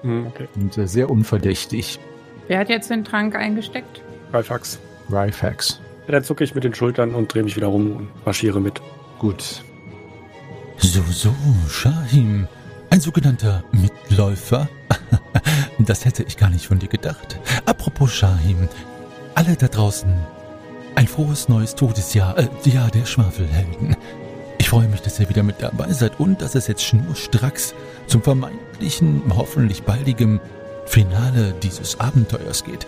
Speaker 5: Hm, okay.
Speaker 3: und äh, sehr unverdächtig.
Speaker 6: Wer hat jetzt den Trank eingesteckt?
Speaker 5: Ralfax.
Speaker 3: Ryfax.
Speaker 5: Ja, dann zucke ich mit den Schultern und drehe mich wieder rum und marschiere mit.
Speaker 3: Gut.
Speaker 1: So, so, Shahim. Ein sogenannter Mitläufer? Das hätte ich gar nicht von dir gedacht. Apropos Shahim. Alle da draußen. Ein frohes neues Todesjahr, äh, Jahr der Schwafelhelden. Ich freue mich, dass ihr wieder mit dabei seid und dass es jetzt schnurstracks zum vermeintlichen, hoffentlich baldigem Finale dieses Abenteuers geht.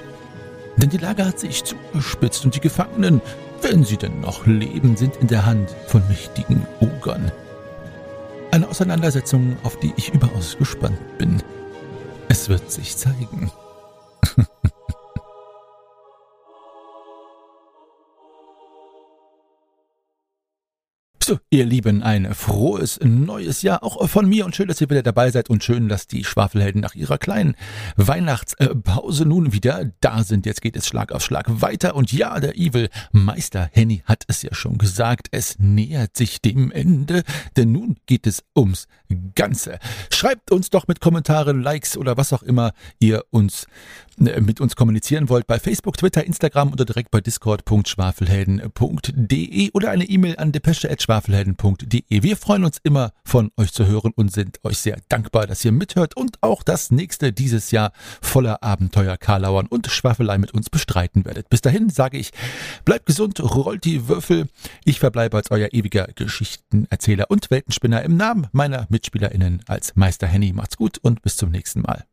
Speaker 1: Denn die Lage hat sich zugespitzt und die Gefangenen, wenn sie denn noch leben, sind in der Hand von mächtigen Ogern. Eine Auseinandersetzung, auf die ich überaus gespannt bin. Es wird sich zeigen. So, ihr Lieben, ein frohes neues Jahr auch von mir und schön, dass ihr wieder dabei seid und schön, dass die Schwafelhelden nach ihrer kleinen Weihnachtspause nun wieder da sind. Jetzt geht es Schlag auf Schlag weiter und ja, der Evil Meister Henny hat es ja schon gesagt, es nähert sich dem Ende, denn nun geht es ums Ganze. Schreibt uns doch mit Kommentaren, Likes oder was auch immer ihr uns äh, mit uns kommunizieren wollt bei Facebook, Twitter, Instagram oder direkt bei discord.schwafelhelden.de oder eine E-Mail an depesche.schwafelhelden.de. Wir freuen uns immer von euch zu hören und sind euch sehr dankbar, dass ihr mithört und auch das nächste dieses Jahr voller Abenteuer, Karlauern und Schwafelei mit uns bestreiten werdet. Bis dahin sage ich, bleibt gesund, rollt die Würfel. Ich verbleibe als euer ewiger Geschichtenerzähler und Weltenspinner im Namen meiner MitspielerInnen als Meister Henny. Macht's gut und bis zum nächsten Mal.